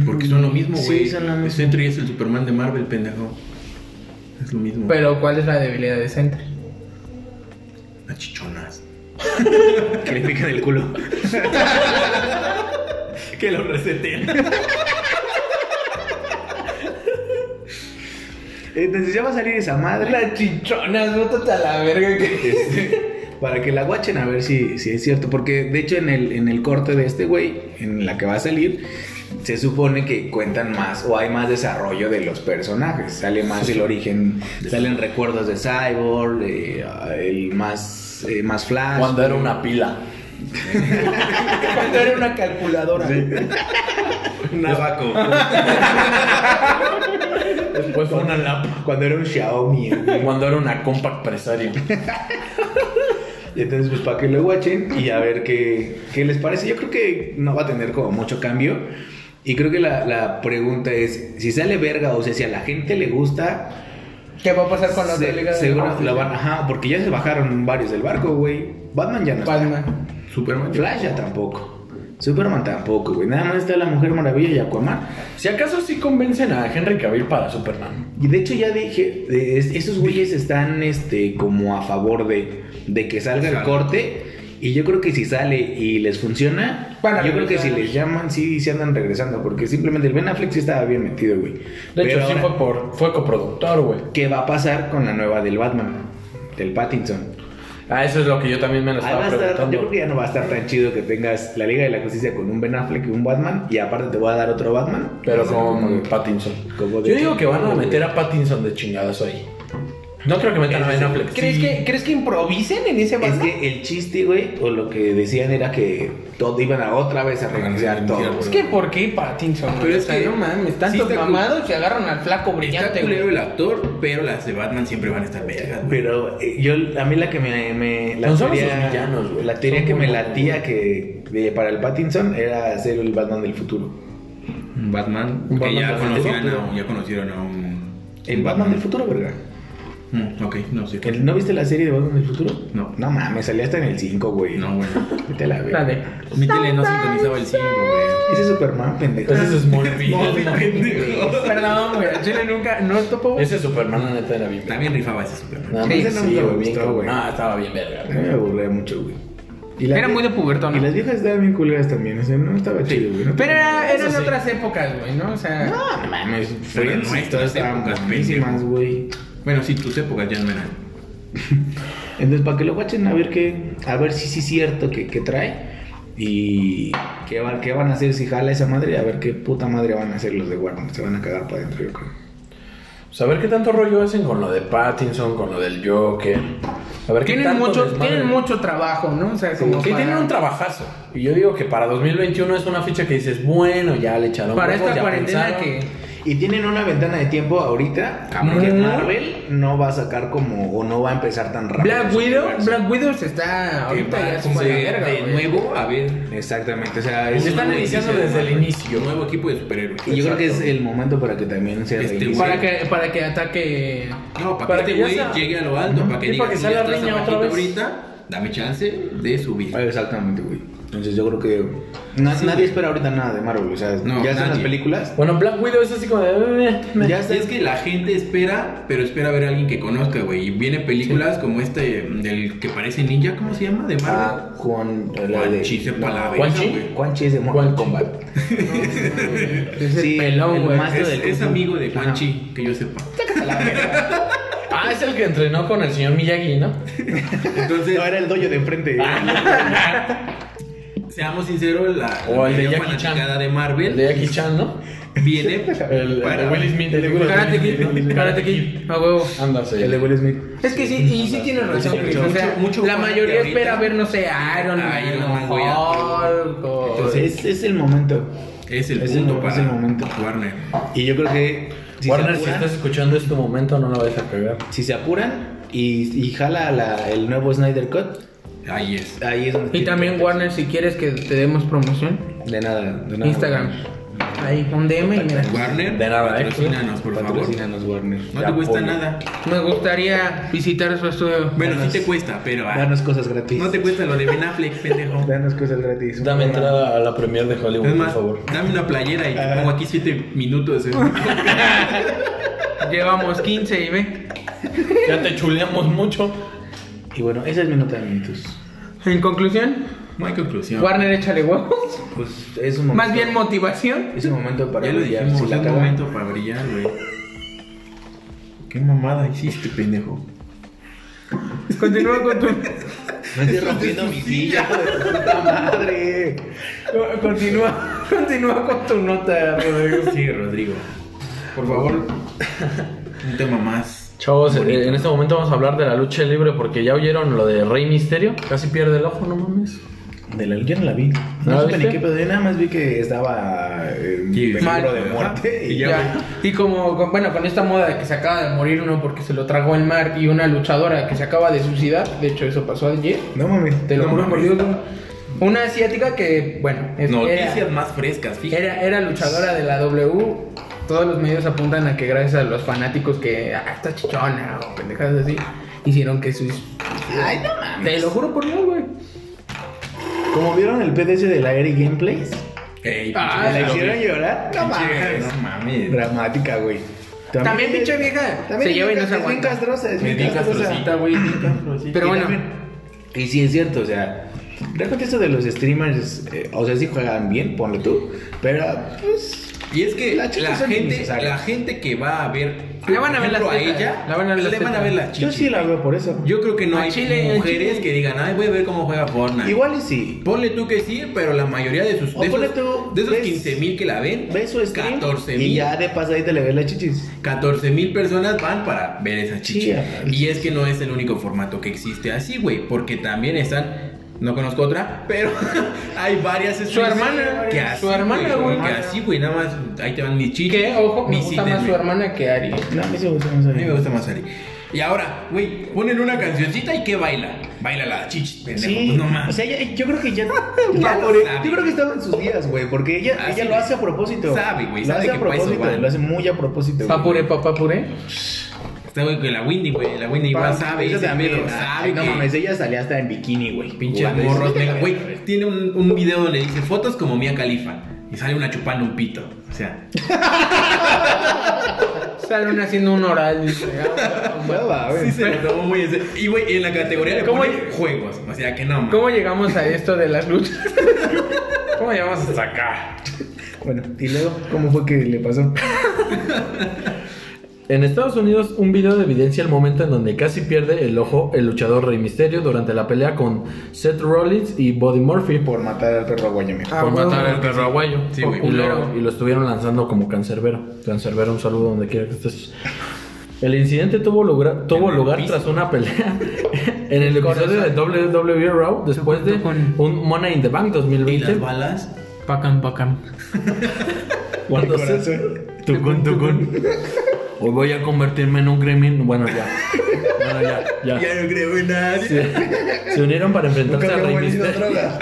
Speaker 5: Porque son lo mismo,
Speaker 4: sí,
Speaker 5: güey.
Speaker 4: son lo mismo.
Speaker 5: El Sentry es el Superman de Marvel, pendejo. Es lo mismo.
Speaker 1: Pero ¿cuál es la debilidad de Sentry?
Speaker 5: Las chichonas.
Speaker 4: Que le pican el culo.
Speaker 5: Que lo reseten.
Speaker 4: Entonces ya va a Eh, salir esa madre.
Speaker 1: chichonas, bótate a la verga que...
Speaker 4: Para que la guachen a ver si, si es cierto. Porque de hecho en el, en el corte de este güey, en la que va a salir, se supone que cuentan más o hay más desarrollo de los personajes. Sale más el origen, salen recuerdos de Cyborg, de, ah, el más, eh, más Flash.
Speaker 3: Cuando era una pila.
Speaker 1: Cuando era una calculadora.
Speaker 4: un abaco.
Speaker 3: Después fue una lapa.
Speaker 4: Cuando era un Xiaomi. ¿eh?
Speaker 3: Cuando era una compact presario.
Speaker 4: Y entonces, pues para que lo guachen y a ver qué, qué les parece. Yo creo que no va a tener como mucho cambio. Y creo que la, la pregunta es: si sale verga, o sea, si a la gente le gusta,
Speaker 1: ¿Qué va a pasar con los
Speaker 4: se-
Speaker 1: delegados?
Speaker 4: seguro la van. Ajá, porque ya se bajaron varios del barco, güey. Batman ya no está.
Speaker 1: Batman.
Speaker 5: Superman.
Speaker 4: Flash ya tampoco. Superman tampoco, güey. Nada más está la Mujer Maravilla y Aquaman.
Speaker 3: Si acaso sí convencen a Henry Cavill para Superman.
Speaker 4: Y de hecho ya dije, eh, es- esos güeyes están este como a favor de, de que salga el
Speaker 5: Sale.
Speaker 4: corte. Y yo creo que si sale y les funciona,
Speaker 1: Van a
Speaker 4: yo creo que si
Speaker 1: regresar.
Speaker 4: les llaman, sí, se andan regresando. Porque simplemente el Ben Affleck sí estaba bien metido, güey.
Speaker 3: De
Speaker 4: Pero
Speaker 3: hecho, sí
Speaker 4: ahora,
Speaker 3: fue, por, fue coproductor, güey.
Speaker 4: ¿qué va a pasar con la nueva del Batman? Del Pattinson.
Speaker 3: Ah, eso es lo que yo también me lo
Speaker 4: Ahí va
Speaker 3: estaba
Speaker 4: a estar, yo creo
Speaker 3: preguntando.
Speaker 4: que ya no va a estar tan chido que tengas la Liga de la Justicia con un Ben Affleck y un Batman. Y aparte te voy a dar otro Batman.
Speaker 3: Pero
Speaker 4: Va a ser
Speaker 3: con
Speaker 4: como-
Speaker 3: Pattinson.
Speaker 4: como de
Speaker 3: Yo digo que van a
Speaker 4: chingados,
Speaker 3: meter
Speaker 4: güey.
Speaker 3: a Pattinson de chingadas ahí. No creo que metan a Ben Affleck.
Speaker 1: ¿Crees,
Speaker 3: Sí.
Speaker 1: que, ¿Crees que improvisen en ese
Speaker 4: Es
Speaker 1: Batman?
Speaker 4: que el chiste, güey, o lo que decían era que todo, iban a otra vez a reiniciar todo.
Speaker 5: Reiniciar,
Speaker 1: Es
Speaker 4: güey.
Speaker 1: que, ¿por qué Pattinson? güey?
Speaker 5: Pero es
Speaker 1: O sea,
Speaker 5: que-
Speaker 1: no mames,
Speaker 5: sí
Speaker 1: tantos
Speaker 5: está cool.
Speaker 1: mamados que agarran al flaco
Speaker 5: Está
Speaker 1: brillante, güey.
Speaker 5: culero el actor, pero las de Batman siempre van a estar vergas, güey.
Speaker 4: Pero eh, yo, a mí la que me. me- la
Speaker 3: Son solo sus villanos, güey.
Speaker 4: La teoría
Speaker 3: Son
Speaker 4: que
Speaker 3: muy
Speaker 4: me
Speaker 3: buenos,
Speaker 4: latía
Speaker 3: güey.
Speaker 4: que de- para el Pattinson era hacer el Batman del futuro.
Speaker 5: Batman,
Speaker 3: Un
Speaker 5: que
Speaker 4: Mm.
Speaker 3: Batman
Speaker 5: ya
Speaker 3: del
Speaker 5: conocieron,
Speaker 3: futuro,
Speaker 5: a, un- ya conocieron a un...
Speaker 4: El
Speaker 5: un
Speaker 4: Batman del futuro, verga.
Speaker 5: Mm, ok, no, sí.
Speaker 4: ¿El- ¿No viste la serie de Batman del futuro?
Speaker 5: No.
Speaker 4: No mames, salía hasta en el 5, güey.
Speaker 5: No, güey.
Speaker 4: Vete a la verga.
Speaker 1: La de.
Speaker 5: Mi tele no sintonizaba el 5, güey.
Speaker 4: Ese es Superman, pendejo.
Speaker 3: Pues Ese es
Speaker 5: Smallville,
Speaker 3: Smallville.
Speaker 5: pendejo.
Speaker 1: Perdón, güey. al Chile nunca. No topo.
Speaker 3: Ese Superman, la neta, era bien.
Speaker 5: También rifaba ese Superman.
Speaker 3: Nada
Speaker 4: Sí,
Speaker 3: más
Speaker 4: ese no
Speaker 3: sí,
Speaker 4: me
Speaker 3: güey,
Speaker 4: gustó,
Speaker 3: bien-
Speaker 4: güey.
Speaker 3: No, estaba bien verga.
Speaker 4: A mí me aburría mucho, güey. Y las
Speaker 1: Era
Speaker 4: vie-
Speaker 1: muy de puberto,
Speaker 4: Y
Speaker 1: ¿no?
Speaker 4: las viejas estaban bien culeras también, o sea, no estaba chido, güey. No
Speaker 1: Pero era, eran
Speaker 5: Eso sí.
Speaker 1: otras épocas, güey, ¿no? O sea.
Speaker 4: No, no mames,
Speaker 5: Pero
Speaker 4: Friends
Speaker 5: no
Speaker 4: y
Speaker 5: es
Speaker 4: todas
Speaker 5: de
Speaker 4: estaban
Speaker 5: épocas,
Speaker 4: buenísimas,
Speaker 5: pendejo.
Speaker 4: güey.
Speaker 5: Bueno, sí, tus épocas ya no eran.
Speaker 4: Entonces, para que lo guachen a ver qué, a ver si sí es cierto que, que trae y qué, va- qué van a hacer si jala esa madre, a ver qué puta madre van a hacer los de Warner. Se van a cagar para adentro, yo creo.
Speaker 3: Pues a ver qué tanto rollo hacen con lo de Pattinson, con lo del Joker. A ver qué
Speaker 1: Tienen
Speaker 3: tanto
Speaker 1: mucho,
Speaker 3: desmadre.
Speaker 1: tienen mucho trabajo, ¿no? O sea, como
Speaker 3: Sí,
Speaker 1: para-
Speaker 3: tienen un trabajazo. Y yo digo que para 2021 es una ficha que dices, bueno, ya le echaron
Speaker 1: Para
Speaker 3: huevos,
Speaker 1: esta
Speaker 3: ya
Speaker 1: cuarentena
Speaker 3: pensaron.
Speaker 1: que.
Speaker 4: Y tienen una ventana de tiempo ahorita
Speaker 1: Cabrón.
Speaker 4: que Marvel no va a sacar como o no va a empezar tan rápido.
Speaker 1: Black
Speaker 4: su
Speaker 1: Widow,
Speaker 4: universo.
Speaker 1: Black Widow se está ahorita ya se fue a la verga,
Speaker 5: de
Speaker 1: güey.
Speaker 5: nuevo, a ver.
Speaker 4: Exactamente, o sea,
Speaker 3: Se
Speaker 4: es
Speaker 3: están
Speaker 4: un
Speaker 3: iniciando
Speaker 4: inicio de
Speaker 3: desde el
Speaker 4: Marvel.
Speaker 3: inicio.
Speaker 5: Nuevo equipo de superhéroes.
Speaker 4: Y yo creo que es
Speaker 5: Exacto.
Speaker 4: el momento para que también sea
Speaker 5: Este,
Speaker 4: reinicio.
Speaker 1: Para que, para que ataque.
Speaker 5: No, para,
Speaker 3: Para
Speaker 5: que
Speaker 3: que
Speaker 5: este
Speaker 3: ya
Speaker 5: güey
Speaker 3: sea-
Speaker 5: llegue a lo alto, para que
Speaker 3: Y para
Speaker 5: diga
Speaker 3: que
Speaker 5: "Si
Speaker 3: sea
Speaker 5: ya
Speaker 3: la
Speaker 5: estás
Speaker 3: riña otra
Speaker 5: abajito
Speaker 3: vez".
Speaker 5: ahorita, dame chance de subir.
Speaker 4: Ah, Exactamente, güey. Entonces yo creo que na- nadie espera ahorita nada de Marvel, o sea,
Speaker 5: No,
Speaker 4: ya están las
Speaker 5: nadie.
Speaker 4: películas.
Speaker 3: Bueno, Black Widow es así como de... eh, me-
Speaker 4: Ya está-
Speaker 5: Es que la gente espera, pero espera ver a alguien que conozca, güey. Y viene películas como este del que parece ninja, ¿cómo se llama? De Marvel.
Speaker 4: Ah, con la
Speaker 5: Quan
Speaker 4: de
Speaker 5: Chi, sepa la
Speaker 3: Quan
Speaker 5: verga,
Speaker 3: Chi.
Speaker 5: güey.
Speaker 4: Quan Chi es de
Speaker 3: Quan
Speaker 4: Mortal
Speaker 3: Chi.
Speaker 4: Kombat.
Speaker 1: Ese
Speaker 4: Sí, el
Speaker 1: pelón, güey.
Speaker 4: más-
Speaker 5: Es,
Speaker 4: del
Speaker 5: es
Speaker 4: Kung Fu.
Speaker 5: amigo de Quan
Speaker 4: Ajá.
Speaker 5: Chi, que yo sepa.
Speaker 3: Ah, es el que entrenó con el señor Miyagi, ¿no?
Speaker 5: Entonces,
Speaker 4: No, Ah, era el dojo de enfrente.
Speaker 5: seamos sinceros, la, la
Speaker 3: O el de
Speaker 5: mayor
Speaker 3: Jackie Chan.
Speaker 5: fanaticada de
Speaker 3: El
Speaker 5: Marvel
Speaker 3: de Jackie Chan, ¿no?
Speaker 5: viene
Speaker 3: El, el de
Speaker 5: para
Speaker 3: Will Smith. El de
Speaker 1: Karate Kid, ¿no? Karate Kid, a huevo.
Speaker 3: Ándase.
Speaker 4: el de Will Smith.
Speaker 1: Es que sí, y sí tienes razón, Chris. O sea,
Speaker 5: Mucho- mucho
Speaker 1: la
Speaker 5: fan
Speaker 1: mayoría
Speaker 5: de ahorita.
Speaker 1: espera ver, no sé, Iron Man,
Speaker 5: Iron Man, güey,
Speaker 1: Hulk, o-
Speaker 4: Entonces es, es el momento.
Speaker 5: es el
Speaker 4: Es el
Speaker 5: punto
Speaker 4: mo-
Speaker 5: para
Speaker 4: es el momento.
Speaker 5: Warner.
Speaker 4: Y yo creo que si,
Speaker 3: Warner,
Speaker 4: se,
Speaker 3: si
Speaker 4: apuran,
Speaker 3: estás escuchando este momento, no lo vayas a pegar.
Speaker 4: si se apuran y, y jala la- el nuevo Snyder Cut,
Speaker 5: Ahí es.
Speaker 4: ahí es donde...
Speaker 1: Y también Warner, si quieres que te demos promoción,
Speaker 4: De nada, de nada.
Speaker 1: Instagram. Ahí, un DM y mira.
Speaker 5: Warner,
Speaker 3: De nada, ¿eh?
Speaker 5: patrocínanos, por favor.
Speaker 4: Patrocínanos Warner.
Speaker 5: No
Speaker 3: Te
Speaker 5: te cuesta
Speaker 3: apoyo.
Speaker 5: nada.
Speaker 1: Me gustaría visitar su estudio.
Speaker 5: Bueno, sí te cuesta, pero ah,
Speaker 4: Danos cosas gratis.
Speaker 5: no te cuesta lo de Ben Affleck, pendejo.
Speaker 4: Danos cosas gratis.
Speaker 3: Dame entrada a la premier de Hollywood,
Speaker 5: Es
Speaker 3: por
Speaker 5: más,
Speaker 3: favor.
Speaker 5: dame una playera y te pongo aquí 7 minutos. ¿eh?
Speaker 1: Llevamos 15 y ve.
Speaker 3: Ya te chuleamos mucho.
Speaker 4: Y bueno, esa es mi nota de minutos.
Speaker 1: En conclusión,
Speaker 5: No hay conclusión.
Speaker 1: Warner échale huevos.
Speaker 4: Pues es un momento.
Speaker 1: Más bien motivación.
Speaker 4: Es un momento para
Speaker 5: ya lo
Speaker 4: brillar.
Speaker 5: dijimos,
Speaker 4: Si la
Speaker 5: es un
Speaker 4: cagan,
Speaker 5: momento para brillar, güey. Qué mamada
Speaker 4: este
Speaker 5: hiciste, pendejo.
Speaker 1: Continúa con tu.
Speaker 4: No estoy rompiendo mi silla, puta madre.
Speaker 1: Continúa, continúa con tu nota, Rodrigo.
Speaker 5: Sí, Rodrigo. Por favor, un tema más.
Speaker 3: Chavos, eh, en este momento vamos a hablar de la lucha libre porque ya oyeron lo de Rey Misterio. Casi pierde el ojo, no mames.
Speaker 4: De la yo no la vi.
Speaker 3: ¿No la
Speaker 4: No supe ni
Speaker 3: viste?
Speaker 4: qué pedo, yo nada más vi que estaba en
Speaker 5: Sí,
Speaker 4: peligro
Speaker 5: mal.
Speaker 4: de muerte y
Speaker 5: Y
Speaker 4: ya.
Speaker 5: ya.
Speaker 1: Y como, con- bueno, con esta moda de que se acaba de morir uno porque se lo tragó el mar y una luchadora que se acaba de suicidar, de hecho eso pasó ayer,
Speaker 4: No mames.
Speaker 1: te lo
Speaker 5: No
Speaker 1: juro por
Speaker 5: mames.
Speaker 1: Dios, una asiática que, bueno, es-
Speaker 5: Noticias
Speaker 1: era,
Speaker 5: más frescas, fíjate.
Speaker 1: era, era luchadora de la W, todos los medios apuntan a que gracias a los fanáticos que, ah, está chichona o pendejadas así, hicieron que sus...
Speaker 4: Ay, no mames.
Speaker 1: Te lo juro por Dios, güey.
Speaker 4: Como vieron el PDS de la Air Gameplays,
Speaker 5: Ey,
Speaker 1: Ah,
Speaker 5: pinche
Speaker 4: me la
Speaker 5: Rodrigo.
Speaker 4: hicieron llorar. No
Speaker 5: Pinche,
Speaker 4: mames.
Speaker 5: No mames.
Speaker 4: Dramática, güey.
Speaker 1: También pinche vieja, se lleva y no se
Speaker 4: Es bien
Speaker 1: aguanta.
Speaker 4: castrosa, es
Speaker 5: Me
Speaker 4: bien
Speaker 5: di
Speaker 4: castrosa.
Speaker 5: castrocita, güey. bien castrocita.
Speaker 1: Pero
Speaker 4: Y
Speaker 1: bueno.
Speaker 4: también- Y sí, es cierto, o sea, realmente eso de los streamers, eh, o sea, sí juegan bien, ponlo tú, pero pues...
Speaker 5: Y es que la,
Speaker 4: Las chicas son
Speaker 5: gente,
Speaker 4: innecesarias.
Speaker 5: la gente que va a ver
Speaker 1: Le van a ver
Speaker 5: por ejemplo,
Speaker 1: las tetas,
Speaker 5: ella,
Speaker 1: la van a ver las
Speaker 5: le van a
Speaker 1: tetas.
Speaker 5: ver las
Speaker 4: Yo
Speaker 5: chichis.
Speaker 4: sí la veo por eso.
Speaker 5: Yo creo que no
Speaker 1: A
Speaker 5: hay
Speaker 1: Chile, a
Speaker 5: mujeres
Speaker 1: Chile.
Speaker 5: que digan, ay, voy a ver cómo juega Fortnite.
Speaker 4: Igual y sí.
Speaker 5: Ponle tú que sí, pero la mayoría de sus
Speaker 4: O
Speaker 5: de
Speaker 4: ponle
Speaker 5: esos,
Speaker 4: tú,
Speaker 5: de esos
Speaker 4: ves-
Speaker 5: 15 mil que la ven,
Speaker 4: Ve su stream
Speaker 5: 14
Speaker 4: y
Speaker 5: mil.
Speaker 4: ya de pasadita le ves las chichis.
Speaker 5: mil personas van para ver esa
Speaker 4: Sí,
Speaker 5: chichi.
Speaker 4: ajá.
Speaker 5: y es que no es el único formato que existe así, güey. Porque también están, no conozco otra, pero hay varias
Speaker 1: Su hermana,
Speaker 5: que
Speaker 1: su
Speaker 5: así,
Speaker 1: hermana, güey.
Speaker 5: Que así, güey, nada más, ahí te van mis chichis.
Speaker 1: Que, ojo, me gusta más
Speaker 5: visítenme.
Speaker 1: su hermana que Ari.
Speaker 4: No, a mí sí me gusta más.
Speaker 5: A mí me gusta más Ari. Y ahora, güey, ponen una cancioncita y ¿qué baila? Baila la chichis, pendejo.
Speaker 4: Sí,
Speaker 5: pues no más.
Speaker 4: o sea, ya- yo creo que
Speaker 5: Ya
Speaker 4: ya... ya
Speaker 5: lo
Speaker 4: por-
Speaker 5: sabe.
Speaker 4: yo creo que estaba en sus días, güey, porque ella,
Speaker 5: Ah,
Speaker 4: ella
Speaker 5: sí,
Speaker 4: lo
Speaker 5: güey.
Speaker 4: hace a propósito.
Speaker 5: Sabe, güey,
Speaker 4: Lo
Speaker 5: sabe
Speaker 4: hace a
Speaker 5: que pa' eso
Speaker 4: propósito,
Speaker 5: van.
Speaker 4: lo hace muy a propósito. güey.
Speaker 1: Papure, papapure.
Speaker 5: Está, güey, que la Windy, güey. La Windy igual sabe.
Speaker 4: Eso
Speaker 5: ese
Speaker 4: también,
Speaker 5: pedo,
Speaker 4: ah,
Speaker 5: sabe
Speaker 4: No
Speaker 5: que-
Speaker 4: mames, ella salía hasta en bikini, güey.
Speaker 5: Pinches
Speaker 4: jugando.
Speaker 5: morros,
Speaker 4: Sí,
Speaker 5: venga,
Speaker 4: sí,
Speaker 5: güey.
Speaker 4: sí.
Speaker 5: Tiene un, un video donde dice fotos como Mia Califa. Y sale una chupando un pito. O sea,
Speaker 1: Salen haciendo un oral. dice,
Speaker 4: Hueva, güey.
Speaker 5: sí se lo tomó muy en serio. Y, güey, en la categoría le
Speaker 1: ¿Cómo
Speaker 5: pone
Speaker 1: hay-
Speaker 5: juegos. O sea, que no, mames.
Speaker 1: ¿Cómo llegamos a esto de las luchas? ¿Cómo llegamos a
Speaker 3: Acá.
Speaker 2: Bueno, y luego, ¿cómo fue que le pasó?
Speaker 3: En Estados Unidos, un video evidencia el momento en donde casi pierde el ojo el luchador Rey Misterio durante la pelea con Seth Rollins y Buddy Murphy por,
Speaker 4: Por matar al perro guayame.
Speaker 1: Ah,
Speaker 3: por
Speaker 1: huevo.
Speaker 3: matar al perro aguayo.
Speaker 5: Sí,
Speaker 3: Por
Speaker 5: güey.
Speaker 3: culero. y lo estuvieron lanzando como cancerbero. Cancerbero, un saludo donde quiera que estés. El incidente tuvo lugar, tuvo
Speaker 5: En el
Speaker 3: lugar
Speaker 5: piso.
Speaker 3: tras una pelea en el episodio de WWE Raw después de
Speaker 1: Con-
Speaker 3: un Money in the Bank
Speaker 5: Y las
Speaker 3: 2020
Speaker 5: balas.
Speaker 1: Pacam, pacam.
Speaker 3: cuando
Speaker 2: El
Speaker 3: Seth-
Speaker 2: corazón.
Speaker 3: Tucun, tucun. Hoy voy a convertirme en un gremlin. Bueno, ya. Bueno, ya, ya.
Speaker 2: Ya no creo en nadie.
Speaker 3: Se, se unieron para enfrentarse
Speaker 2: Nunca
Speaker 3: a
Speaker 2: había
Speaker 3: Rey
Speaker 2: buenido
Speaker 3: Misterio.
Speaker 2: droga.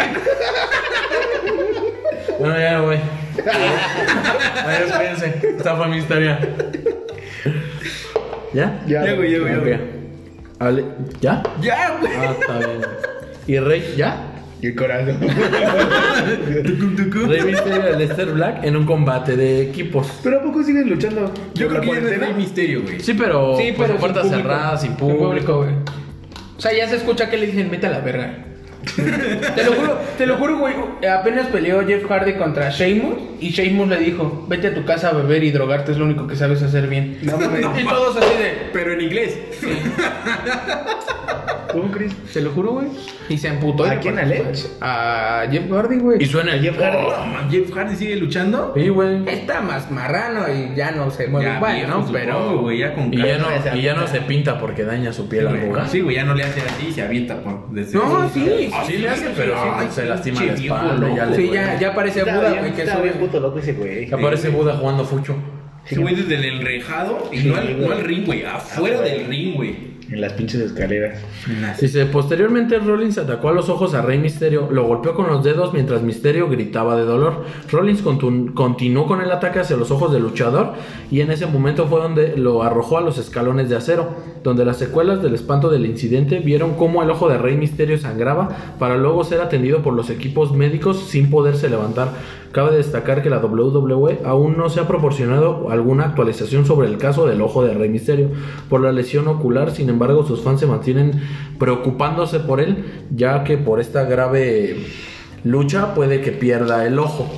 Speaker 3: Bueno, ya me voy. Adiós, cuídense. Esta fue mi historia. ¿Ya?
Speaker 2: Ya,
Speaker 5: Ya, güey, ya, güey. ya,
Speaker 3: Ok.
Speaker 5: güey.
Speaker 3: Ale- ¿Ya?
Speaker 5: Ya, güey.
Speaker 3: Ah, está bien. ¿Y Rey? ¿Ya?
Speaker 2: Y el corazón.
Speaker 5: Tucum, tucum.
Speaker 3: Rey Misterio de Lester Black en un combate de equipos.
Speaker 2: Pero ¿a poco sigues luchando?
Speaker 5: Yo
Speaker 2: ¿Por
Speaker 5: creo que ya no es
Speaker 2: cuarentena?
Speaker 5: Rey misterio, güey.
Speaker 3: Sí, pero,
Speaker 1: Sí, pero
Speaker 3: pues, puertas
Speaker 1: sin público.
Speaker 3: cerradas, sin público.
Speaker 1: güey. O sea, ya se escucha que le dicen, vete a la verga. te lo juro, te lo juro, güey. Apenas peleó Jeff Hardy contra Sheamus y Sheamus le dijo, vete a tu casa a beber y drogarte, es lo único que sabes hacer bien.
Speaker 2: No mames.
Speaker 1: y todos así de,
Speaker 5: Pero en inglés.
Speaker 2: ¿Cómo crees?
Speaker 1: te lo juro, güey. Y se emputó. y
Speaker 2: ¿A
Speaker 1: le
Speaker 2: quién,
Speaker 1: partió
Speaker 2: a
Speaker 1: su
Speaker 2: Lech?
Speaker 1: madre. A Jeff Hardy, güey.
Speaker 3: Y suena
Speaker 2: Jeff
Speaker 5: Oh, man, Jeff Hardy sigue luchando.
Speaker 3: Sí, güey.
Speaker 1: Está más marrano y ya no se mueve
Speaker 5: Ya,
Speaker 1: igual,
Speaker 5: viejo,
Speaker 1: ¿no?
Speaker 5: supongo,
Speaker 1: Pero...
Speaker 5: güey, ya con
Speaker 3: Y ya,
Speaker 5: cara.
Speaker 3: no, y ya no se pinta porque daña su piel
Speaker 5: Sí,
Speaker 3: al
Speaker 5: güey.
Speaker 3: jugar.
Speaker 5: Sí, güey, ya no le hace así y se avienta por desde Ah,
Speaker 1: No, sí.
Speaker 3: Así le hace, pero
Speaker 5: Ay,
Speaker 3: se lastima
Speaker 5: pinche
Speaker 3: la espalda.
Speaker 5: viejo
Speaker 3: ya le
Speaker 1: Sí,
Speaker 3: duele.
Speaker 1: ya, ya parece
Speaker 4: Estaba
Speaker 1: Buda,
Speaker 4: bien-
Speaker 1: güey, que
Speaker 4: estaba
Speaker 1: sube.
Speaker 4: bien puto loco ese güey.
Speaker 3: Ya parece Buda jugando fucho.
Speaker 5: Ese güey desde el enrejado y no, al, no al ring, güey. Afuera del ring, güey.
Speaker 4: En las pinches escaleras.
Speaker 3: Dice, posteriormente Rollins atacó a los ojos a Rey Misterio, lo golpeó con los dedos mientras Misterio gritaba de dolor. Rollins contun- continuó con el ataque hacia los ojos del luchador y en ese momento fue donde lo arrojó a los escalones de acero, donde las secuelas del espanto del incidente vieron cómo el ojo de Rey Misterio sangraba para luego ser atendido por los equipos médicos sin poderse levantar. Cabe destacar que la WWE aún no se ha proporcionado alguna actualización sobre el caso del ojo de Rey Misterio por la lesión ocular, sin embargo sus fans se mantienen preocupándose por él, ya que por esta grave lucha puede que pierda el ojo.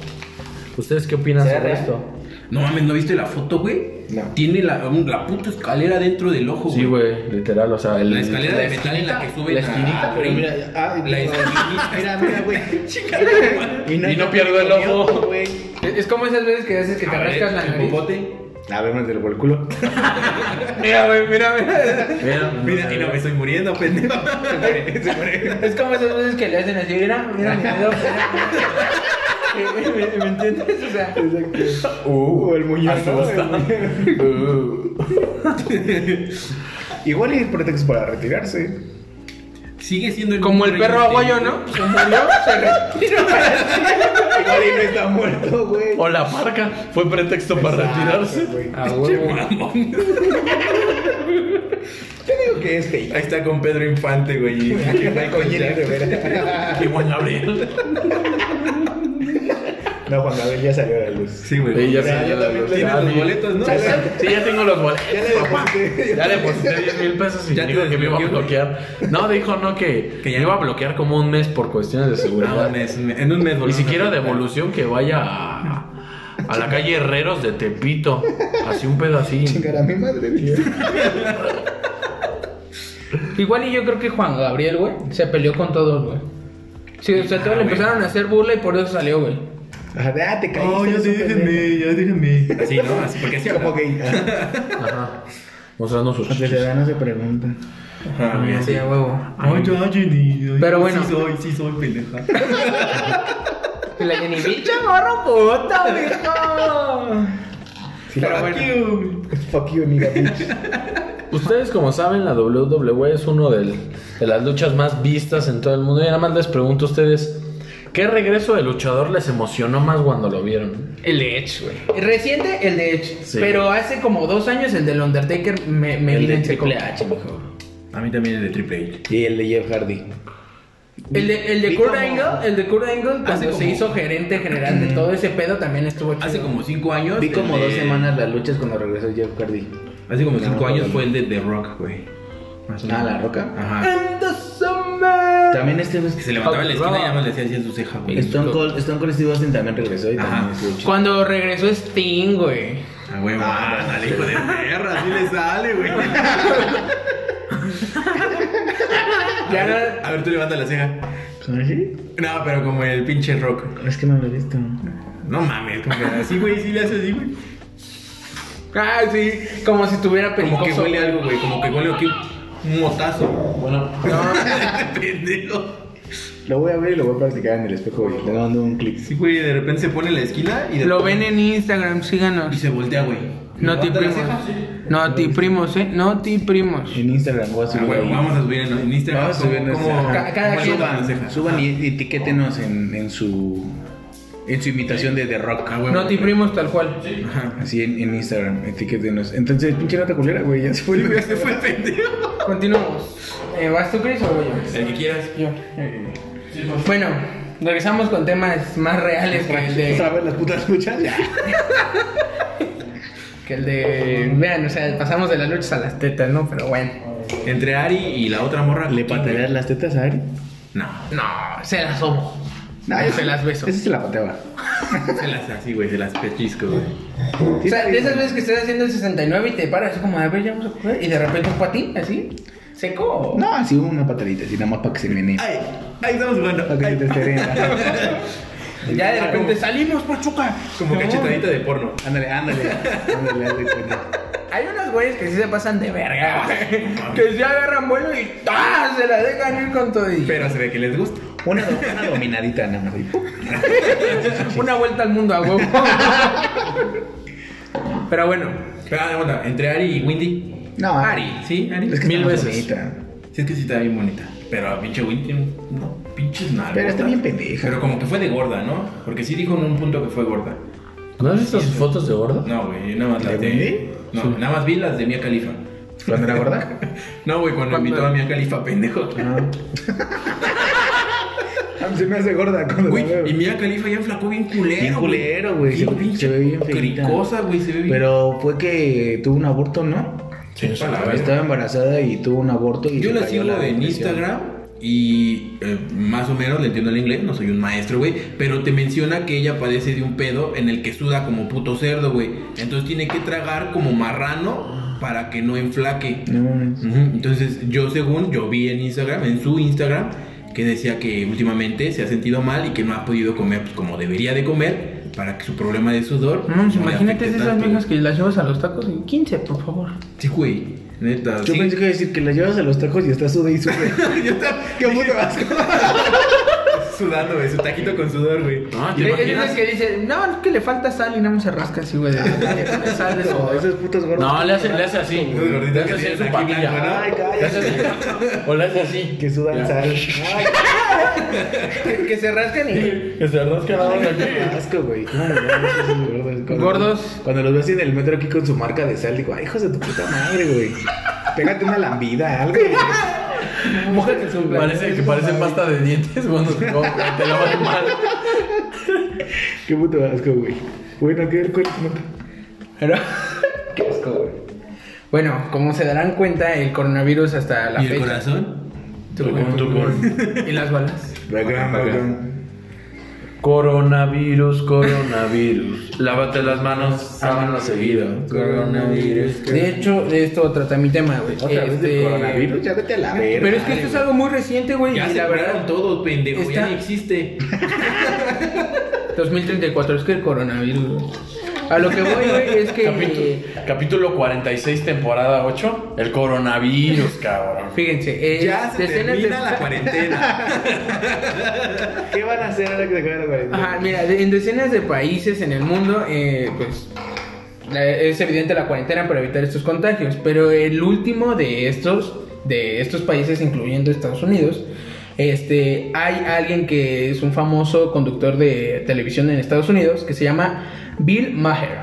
Speaker 3: ¿Ustedes qué opinan
Speaker 4: ¿Será
Speaker 3: sobre
Speaker 4: real?
Speaker 3: esto?
Speaker 5: No mames, ¿no viste la foto, güey?
Speaker 4: No.
Speaker 5: Tiene la, un- la puta escalera dentro del ojo, güey.
Speaker 3: Sí, güey, literal, o sea, el-
Speaker 5: La escalera
Speaker 4: La
Speaker 5: de metal en la que
Speaker 4: esquinita,
Speaker 5: sube
Speaker 4: la esquinita, pero mira, ah,
Speaker 5: la
Speaker 4: no.
Speaker 5: esquinita.
Speaker 4: Mira, mira, güey.
Speaker 5: Chica, no mames.
Speaker 3: Y no pierdo el ojo.
Speaker 4: güey.
Speaker 1: Es es como esas veces que haces que te
Speaker 5: A ver,
Speaker 1: rascas la
Speaker 5: el
Speaker 1: nariz.
Speaker 5: popote.
Speaker 4: A ver, mételo por el culo.
Speaker 1: Mira, güey, mira, mira.
Speaker 3: Mira,
Speaker 5: Mira, y no me estoy muriendo, pendejo.
Speaker 1: Es como esas veces que le hacen así, mira, mira mi dedo. mira. ¿Me, me- me entiendes? O sea,
Speaker 2: Exacto.
Speaker 4: Uh,
Speaker 2: o el muñón. ¿no? Igual y es pretexto para retirarse.
Speaker 5: Sigue siendo el
Speaker 1: como el
Speaker 5: mismo
Speaker 1: perro
Speaker 5: rey
Speaker 1: aguayo,
Speaker 5: misterio.
Speaker 1: ¿no? Se murió, se retiró.
Speaker 2: Igual y no está muerto, güey. Ah,
Speaker 3: O la parca fue pretexto para retirarse.
Speaker 2: güey.
Speaker 4: Ah,
Speaker 1: A
Speaker 5: Che,
Speaker 1: huevo.
Speaker 5: mamón.
Speaker 2: Yo digo que es fake.
Speaker 5: Ahí está con Pedro Infante, güey.
Speaker 2: Con Jenny Rivera.
Speaker 3: Y Juan Gabriel.
Speaker 2: No, Juan Gabriel ya salió a la luz.
Speaker 5: Sí, güey.
Speaker 3: Sí, ya
Speaker 2: Mira,
Speaker 3: salió
Speaker 2: yo
Speaker 3: la
Speaker 2: también le-
Speaker 3: luz.
Speaker 5: Tienes
Speaker 3: Ya
Speaker 5: los
Speaker 3: vi.
Speaker 5: boletos, ¿no?
Speaker 3: Sí, ya tengo los boletos.
Speaker 2: Ya le
Speaker 3: papá.
Speaker 2: deposité.
Speaker 3: Ya le deposité 10 mil pesos y
Speaker 5: Ya te
Speaker 3: dijo que me iba a
Speaker 5: desbloqueó, güey.
Speaker 3: bloquear. No, dijo no que,
Speaker 5: Que ya
Speaker 3: me iba a
Speaker 5: no.
Speaker 3: bloquear como un mes por cuestiones de
Speaker 5: Ah,
Speaker 3: seguridad.
Speaker 5: un mes, un mes- en un mes,
Speaker 3: y
Speaker 5: volvemos
Speaker 3: si
Speaker 5: a
Speaker 3: quiero
Speaker 5: platicar.
Speaker 3: devolución que vaya a, a la calle Herreros de Tepito. Así un pedacito.
Speaker 2: Chingar a mi madre, güey.
Speaker 1: Igual y yo creo que Juan Gabriel, güey, se peleó con todos, güey. Sí, o sea, todos le
Speaker 5: Ah, güey.
Speaker 1: empezaron a hacer burla y por eso salió, güey.
Speaker 2: Ajá, de, Ah, te caíste.
Speaker 5: Oh, ya
Speaker 2: eres un pendejo.
Speaker 5: déjenme, ya déjenme. Así, ¿no? Así, porque así
Speaker 2: Como
Speaker 5: hablaba.
Speaker 2: gay.
Speaker 3: Ajá. Mostrando sus
Speaker 4: Aunque se
Speaker 3: chichis.
Speaker 4: da, no se pregunta.
Speaker 5: Ajá, güey, así.
Speaker 1: Sí, a huevo.
Speaker 5: Ay, ya, Jenny. ay,
Speaker 1: Pero bueno.
Speaker 5: Sí soy, sí soy, pendeja.
Speaker 1: Y la Jenny, pinche morro puta, viejo. Pero
Speaker 5: Fuck
Speaker 1: bueno.
Speaker 5: you.
Speaker 2: Fuck you, nigga, bitch.
Speaker 3: Ustedes como saben, la E WWE es uno del- de las luchas más vistas en todo el mundo. Y nada más les pregunto a ustedes, ¿Qué regreso de luchador les emocionó más cuando lo vieron?
Speaker 1: El de Edge, güey. Reciente, el de Edge.
Speaker 3: Sí.
Speaker 1: Pero hace como dos años el del Undertaker me, me
Speaker 4: El
Speaker 1: vino
Speaker 4: de
Speaker 1: en
Speaker 4: Triple
Speaker 1: seco.
Speaker 4: H, mijo.
Speaker 5: A mí también el de Triple
Speaker 4: Y el de Jeff Hardy.
Speaker 1: El de, el de
Speaker 5: Vi
Speaker 1: Kurt
Speaker 5: como-
Speaker 1: Angle, el de Kurt Angle, cuando
Speaker 5: Hace como-
Speaker 1: se hizo gerente general de todo ese pedo, también estuvo
Speaker 5: H.
Speaker 1: chido.
Speaker 5: Hace como cinco años.
Speaker 4: Vi
Speaker 5: el
Speaker 4: como
Speaker 5: de-
Speaker 4: dos semanas las luchas cuando regresó Jeff Hardy.
Speaker 5: Hace como cinco
Speaker 4: No,
Speaker 5: años
Speaker 4: no.
Speaker 5: fue el de The Rock, güey. Más o
Speaker 4: Ah,
Speaker 5: menos.
Speaker 4: La Roca.
Speaker 5: Ajá.
Speaker 1: And the summer.
Speaker 4: También este
Speaker 5: Que se levantaba en la esquina y ya no le hacía así en su ceja, güey.
Speaker 4: Stone Cold, Stone Cold Steve Austin también regresó y
Speaker 5: Ajá.
Speaker 4: también estuvo chido.
Speaker 1: Cuando regresó Sting, güey.
Speaker 5: Ah, güey, ah, dale, hijo de perra, así le sale, güey.
Speaker 1: Ya no-
Speaker 5: A ver, tú levanta la ceja.
Speaker 4: ¿Sí?
Speaker 5: No, pero como el pinche rock.
Speaker 4: Es que no lo he visto.
Speaker 5: No mames, como que así, güey, sí le hace así, güey.
Speaker 1: Ah, sí, como si tuviera
Speaker 5: Como que
Speaker 1: pericoso,
Speaker 5: huele
Speaker 1: güey.
Speaker 5: algo, güey, como que huele aquí un motazo. Bueno, no, pendejo.
Speaker 4: Lo voy a ver y lo voy a practicar en el espejo, güey. Le mando un clip.
Speaker 5: Sí, güey, de repente se pone en la esquina y de
Speaker 1: Lo ven en Instagram,
Speaker 5: y
Speaker 1: síganos.
Speaker 5: se voltea, güey.
Speaker 1: No te
Speaker 5: Levanta la
Speaker 1: primos.
Speaker 5: ceja.
Speaker 1: No te primos, eh. No te primos.
Speaker 4: En Instagram voy a
Speaker 5: Ah,
Speaker 4: subir.
Speaker 5: güey,
Speaker 4: ahí.
Speaker 5: vamos a subir en, en Instagram.
Speaker 4: Vamos a subir en
Speaker 5: cómo-
Speaker 4: Instagram.
Speaker 1: Ca- cada
Speaker 5: cómo
Speaker 1: quien.
Speaker 5: levantan las
Speaker 4: Suban,
Speaker 5: cejas.
Speaker 4: suban y etiquétenos en, en su en su imitación de The Rock.
Speaker 5: Ah, güey,
Speaker 1: No te
Speaker 5: güey.
Speaker 1: primos tal cual.
Speaker 4: Así en, en Instagram, etiquétenos. Entonces, pinche rata culera, güey, ya se fue.
Speaker 5: Sí, güey, se fue el pendejo.
Speaker 1: Continuamos. Eh, ¿Vas tú, Chris, o voy yo?
Speaker 5: El que quieras.
Speaker 1: Yo. Bueno, regresamos con temas más reales que el de...
Speaker 4: a ver las putas luchas?
Speaker 1: Que el de... Vean, o sea, pasamos de las luchas a las tetas, ¿no? Pero bueno.
Speaker 5: Entre Ari y la otra morra.
Speaker 4: ¿Le patearías las tetas a Ari?
Speaker 5: No,
Speaker 1: No, se las sobo.
Speaker 4: No,
Speaker 1: se las beso.
Speaker 4: Ese se la pateaba.
Speaker 5: se las así, güey, se las pechisco, güey.
Speaker 1: O sea, de esas veces que estás haciendo el 69 y te paras así como, a ver, ya vamos a correr. Y de repente un patín, así, seco.
Speaker 4: No, así una patadita, así nada más para que se menee.
Speaker 5: Ay, ahí estamos jugando.
Speaker 4: Para que se te serena.
Speaker 1: Ya de repente salimos, Pachuca.
Speaker 5: Como
Speaker 1: No.
Speaker 5: cachetadita de porno.
Speaker 4: Ándale, ándale. Ándale, hazle cuenta.
Speaker 1: Hay unos güeyes que sí se pasan de verga, güey. Que se agarran vuelo y ¡tá! se la dejan ir con todo. y-
Speaker 5: Pero se ve que les gusta.
Speaker 4: Una, do- una dominadita nada más. ahí.
Speaker 1: Una vuelta al mundo a huevo. Pero bueno,
Speaker 5: Pero ah, bueno, entre Ari y Windy.
Speaker 4: No,
Speaker 5: Ari, ¿sí? Ari.
Speaker 4: Es que
Speaker 3: Mil
Speaker 4: está más
Speaker 3: veces.
Speaker 4: bonita.
Speaker 5: Sí, es que sí está bien bonita. Pero a pinche Windy, no, pinches nada.
Speaker 4: Pero está bien pendeja.
Speaker 5: Pero como que fue de gorda, ¿no? Porque sí dijo en un punto que fue gorda.
Speaker 3: ¿No has visto sus fotos de gordo?
Speaker 5: No, güey, nada más
Speaker 4: ¿De
Speaker 5: las de.
Speaker 4: Windy?
Speaker 5: No, nada más vi las de Mia Califa.
Speaker 4: ¿Cuándo era gorda?
Speaker 5: No, güey, cuando
Speaker 1: ¿Cuándo?
Speaker 5: invitó a Mia Califa, pendejo.
Speaker 4: A mí se me hace gorda cuando la veo.
Speaker 5: Güey, y Mia Califa ya enflacó bien culero.
Speaker 4: Bien culero, güey. Se- se ve bien feita.
Speaker 5: Cricosa, güey, se ve bien.
Speaker 4: Pero fue que tuvo un aborto, ¿no?
Speaker 3: Sí, sí.
Speaker 5: A la verga.
Speaker 4: Estaba embarazada y tuvo un aborto. Y
Speaker 5: Yo la
Speaker 4: le
Speaker 5: sigo
Speaker 4: cayó
Speaker 5: en
Speaker 4: depresión.
Speaker 5: Instagram y eh, más o menos le entiendo el inglés, no soy un maestro, güey, pero te menciona que ella padece de un pedo en el que suda como puto cerdo, güey. Entonces tiene que tragar como marrano para que no enflaque.
Speaker 4: No mames.
Speaker 5: Ujú, Entonces yo según, yo vi en Instagram, en su Instagram, que decía que últimamente se ha sentido mal y que no ha podido comer pues, como debería de comer para que su problema de sudor...
Speaker 1: vamos,
Speaker 5: no le
Speaker 1: pues, imagínate
Speaker 5: afecte
Speaker 1: esas
Speaker 5: tanto.
Speaker 1: viejas que las llevas a los tacos en 15, por favor.
Speaker 5: Sí, güey, neta.
Speaker 4: Yo
Speaker 5: sí.
Speaker 4: pensé que iba a decir que la llevas a los tacos y estás suda y suda.
Speaker 5: Yo estaba-
Speaker 4: ¡Qué puto asco!
Speaker 5: sudando, güey, su taquito con sudor, güey.
Speaker 3: Ah, ¿te
Speaker 1: Es es
Speaker 3: imaginas?
Speaker 1: que dicen, no, es que le falta sal y no se rasca así, güey. de- Le falta sal de
Speaker 4: No,
Speaker 1: sobra.
Speaker 4: esos putos gordos.
Speaker 3: No, le hace, le hace así.
Speaker 5: Los gorditos
Speaker 3: Le hace
Speaker 5: que
Speaker 3: así
Speaker 5: tienen
Speaker 3: en su
Speaker 5: aquí blanco,
Speaker 3: patilla.
Speaker 5: ¿no?
Speaker 4: Ay,
Speaker 3: Le hace
Speaker 4: cállate.
Speaker 3: así. O le hace así.
Speaker 4: Que sudan
Speaker 3: Ya.
Speaker 4: sal. Ay,
Speaker 1: Que, que se rascan y.
Speaker 3: Que se rasca la boca
Speaker 4: qué
Speaker 3: aquí.
Speaker 4: asco, güey. ¿Cómo me dan esos gordos? Cuando-
Speaker 1: Gordos.
Speaker 4: Cuando los ves en el metro aquí con su marca de sal, digo, ay, hijos de tu puta madre, güey. Pégate una lambida, algo. güey.
Speaker 1: Mójate su
Speaker 3: Parece que parece pasta de dientes cuando se come, te lavas mal.
Speaker 4: Qué puto asco, güey. Bueno, qué el cuerpo.
Speaker 1: Pero,
Speaker 4: Qué asco, güey.
Speaker 1: bueno, como se darán cuenta, el coronavirus hasta la
Speaker 5: ¿Y el
Speaker 1: fecha.
Speaker 5: corazón?
Speaker 3: Tucum, tucum.
Speaker 1: Y las balas.
Speaker 4: Bacán, bacán.
Speaker 3: Coronavirus, coronavirus. Lávate las manos, sábano seguido.
Speaker 5: Coronavirus.
Speaker 1: De hecho, esto trata mi tema, güey.
Speaker 4: Otra vez
Speaker 1: Este,
Speaker 4: del coronavirus, ya vete a la verga.
Speaker 1: Pero es que esto es algo muy reciente, güey.
Speaker 5: Ya
Speaker 1: Y
Speaker 5: se
Speaker 1: la
Speaker 5: curaron
Speaker 1: verdad,
Speaker 5: todos, pendejo.
Speaker 1: Está-
Speaker 5: Ya no existe.
Speaker 1: 2034 es que el coronavirus. güey. A lo que voy, güey, es que.
Speaker 3: Capítulo, capítulo 46, temporada 8. El coronavirus, cabrón.
Speaker 1: Fíjense, eh,
Speaker 5: Ya se
Speaker 1: decenas de-
Speaker 5: termina la cuarentena.
Speaker 4: ¿Qué van a hacer ahora que se acabe la cuarentena?
Speaker 1: Ajá, mira, de- en decenas de países en el mundo, eh, pues la- es evidente la cuarentena para evitar estos contagios, pero el último de estos, de estos países, incluyendo Estados Unidos, Este, hay alguien que es un famoso conductor de televisión en Estados Unidos que se llama Bill Maher.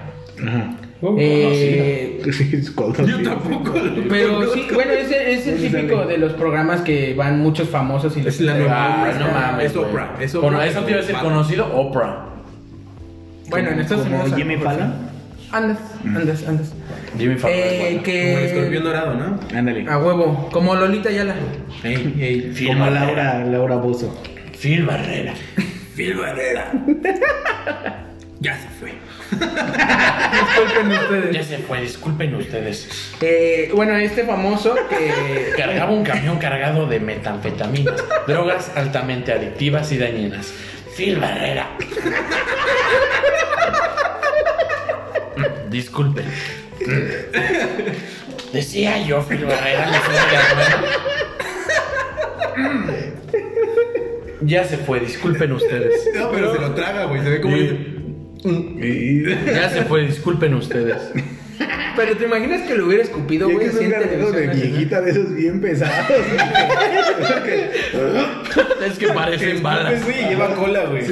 Speaker 2: Oh,
Speaker 1: Eh,
Speaker 2: Es conocido.
Speaker 5: Yo tampoco lo
Speaker 1: pero
Speaker 5: conozco.
Speaker 1: sí, bueno, es, el- es el típico de los programas que van muchos famosos y
Speaker 5: Es
Speaker 1: les-
Speaker 5: la nueva
Speaker 3: Ah,
Speaker 5: Oprah,
Speaker 3: no
Speaker 5: no
Speaker 3: mames,
Speaker 5: Es Oprah.
Speaker 3: güey.
Speaker 5: Es
Speaker 3: Bueno,
Speaker 5: Oprah.
Speaker 3: eso te iba a decir conocido Oprah.
Speaker 1: Bueno, en Estados
Speaker 2: Como
Speaker 1: Unidos. a lo
Speaker 2: Jimmy
Speaker 1: mejor sí.
Speaker 2: Fallon.
Speaker 1: Andas, andas, andas.
Speaker 3: Jimmy Fallon. es
Speaker 1: Eh,
Speaker 3: buena.
Speaker 5: Como el escorpión
Speaker 1: que.
Speaker 5: dorado, ¿no?
Speaker 4: Ándale.
Speaker 1: A huevo, como Lolita Yala.
Speaker 5: Ey, ey.
Speaker 4: Como Laura, Laura Bozo.
Speaker 3: Phil Barrera.
Speaker 5: Phil Barrera. ya se fue.
Speaker 1: Disculpen ustedes.
Speaker 3: Ya se fue, disculpen ustedes.
Speaker 1: Eh, bueno, este famoso que.
Speaker 3: Cargaba un camión cargado de metanfetaminas, drogas altamente adictivas y dañinas. Phil Barrera. Mm, Disculpen. Mm. Decía yo, Phil Barrera, no soy de Armenia. Mm. Ya se fue, disculpen ustedes.
Speaker 5: No, pero se lo traga, güey. Se ve como.
Speaker 3: Ya se fue, disculpen ustedes.
Speaker 1: Pero te imaginas que lo hubiera escupido,
Speaker 2: Y es
Speaker 1: güey.
Speaker 2: que es
Speaker 1: así
Speaker 2: un
Speaker 1: en
Speaker 2: cargador de
Speaker 1: televisión nacional?
Speaker 2: viejita de esos bien pesados.
Speaker 3: Es que parecen balas.
Speaker 5: Sí, lleva cola, güey.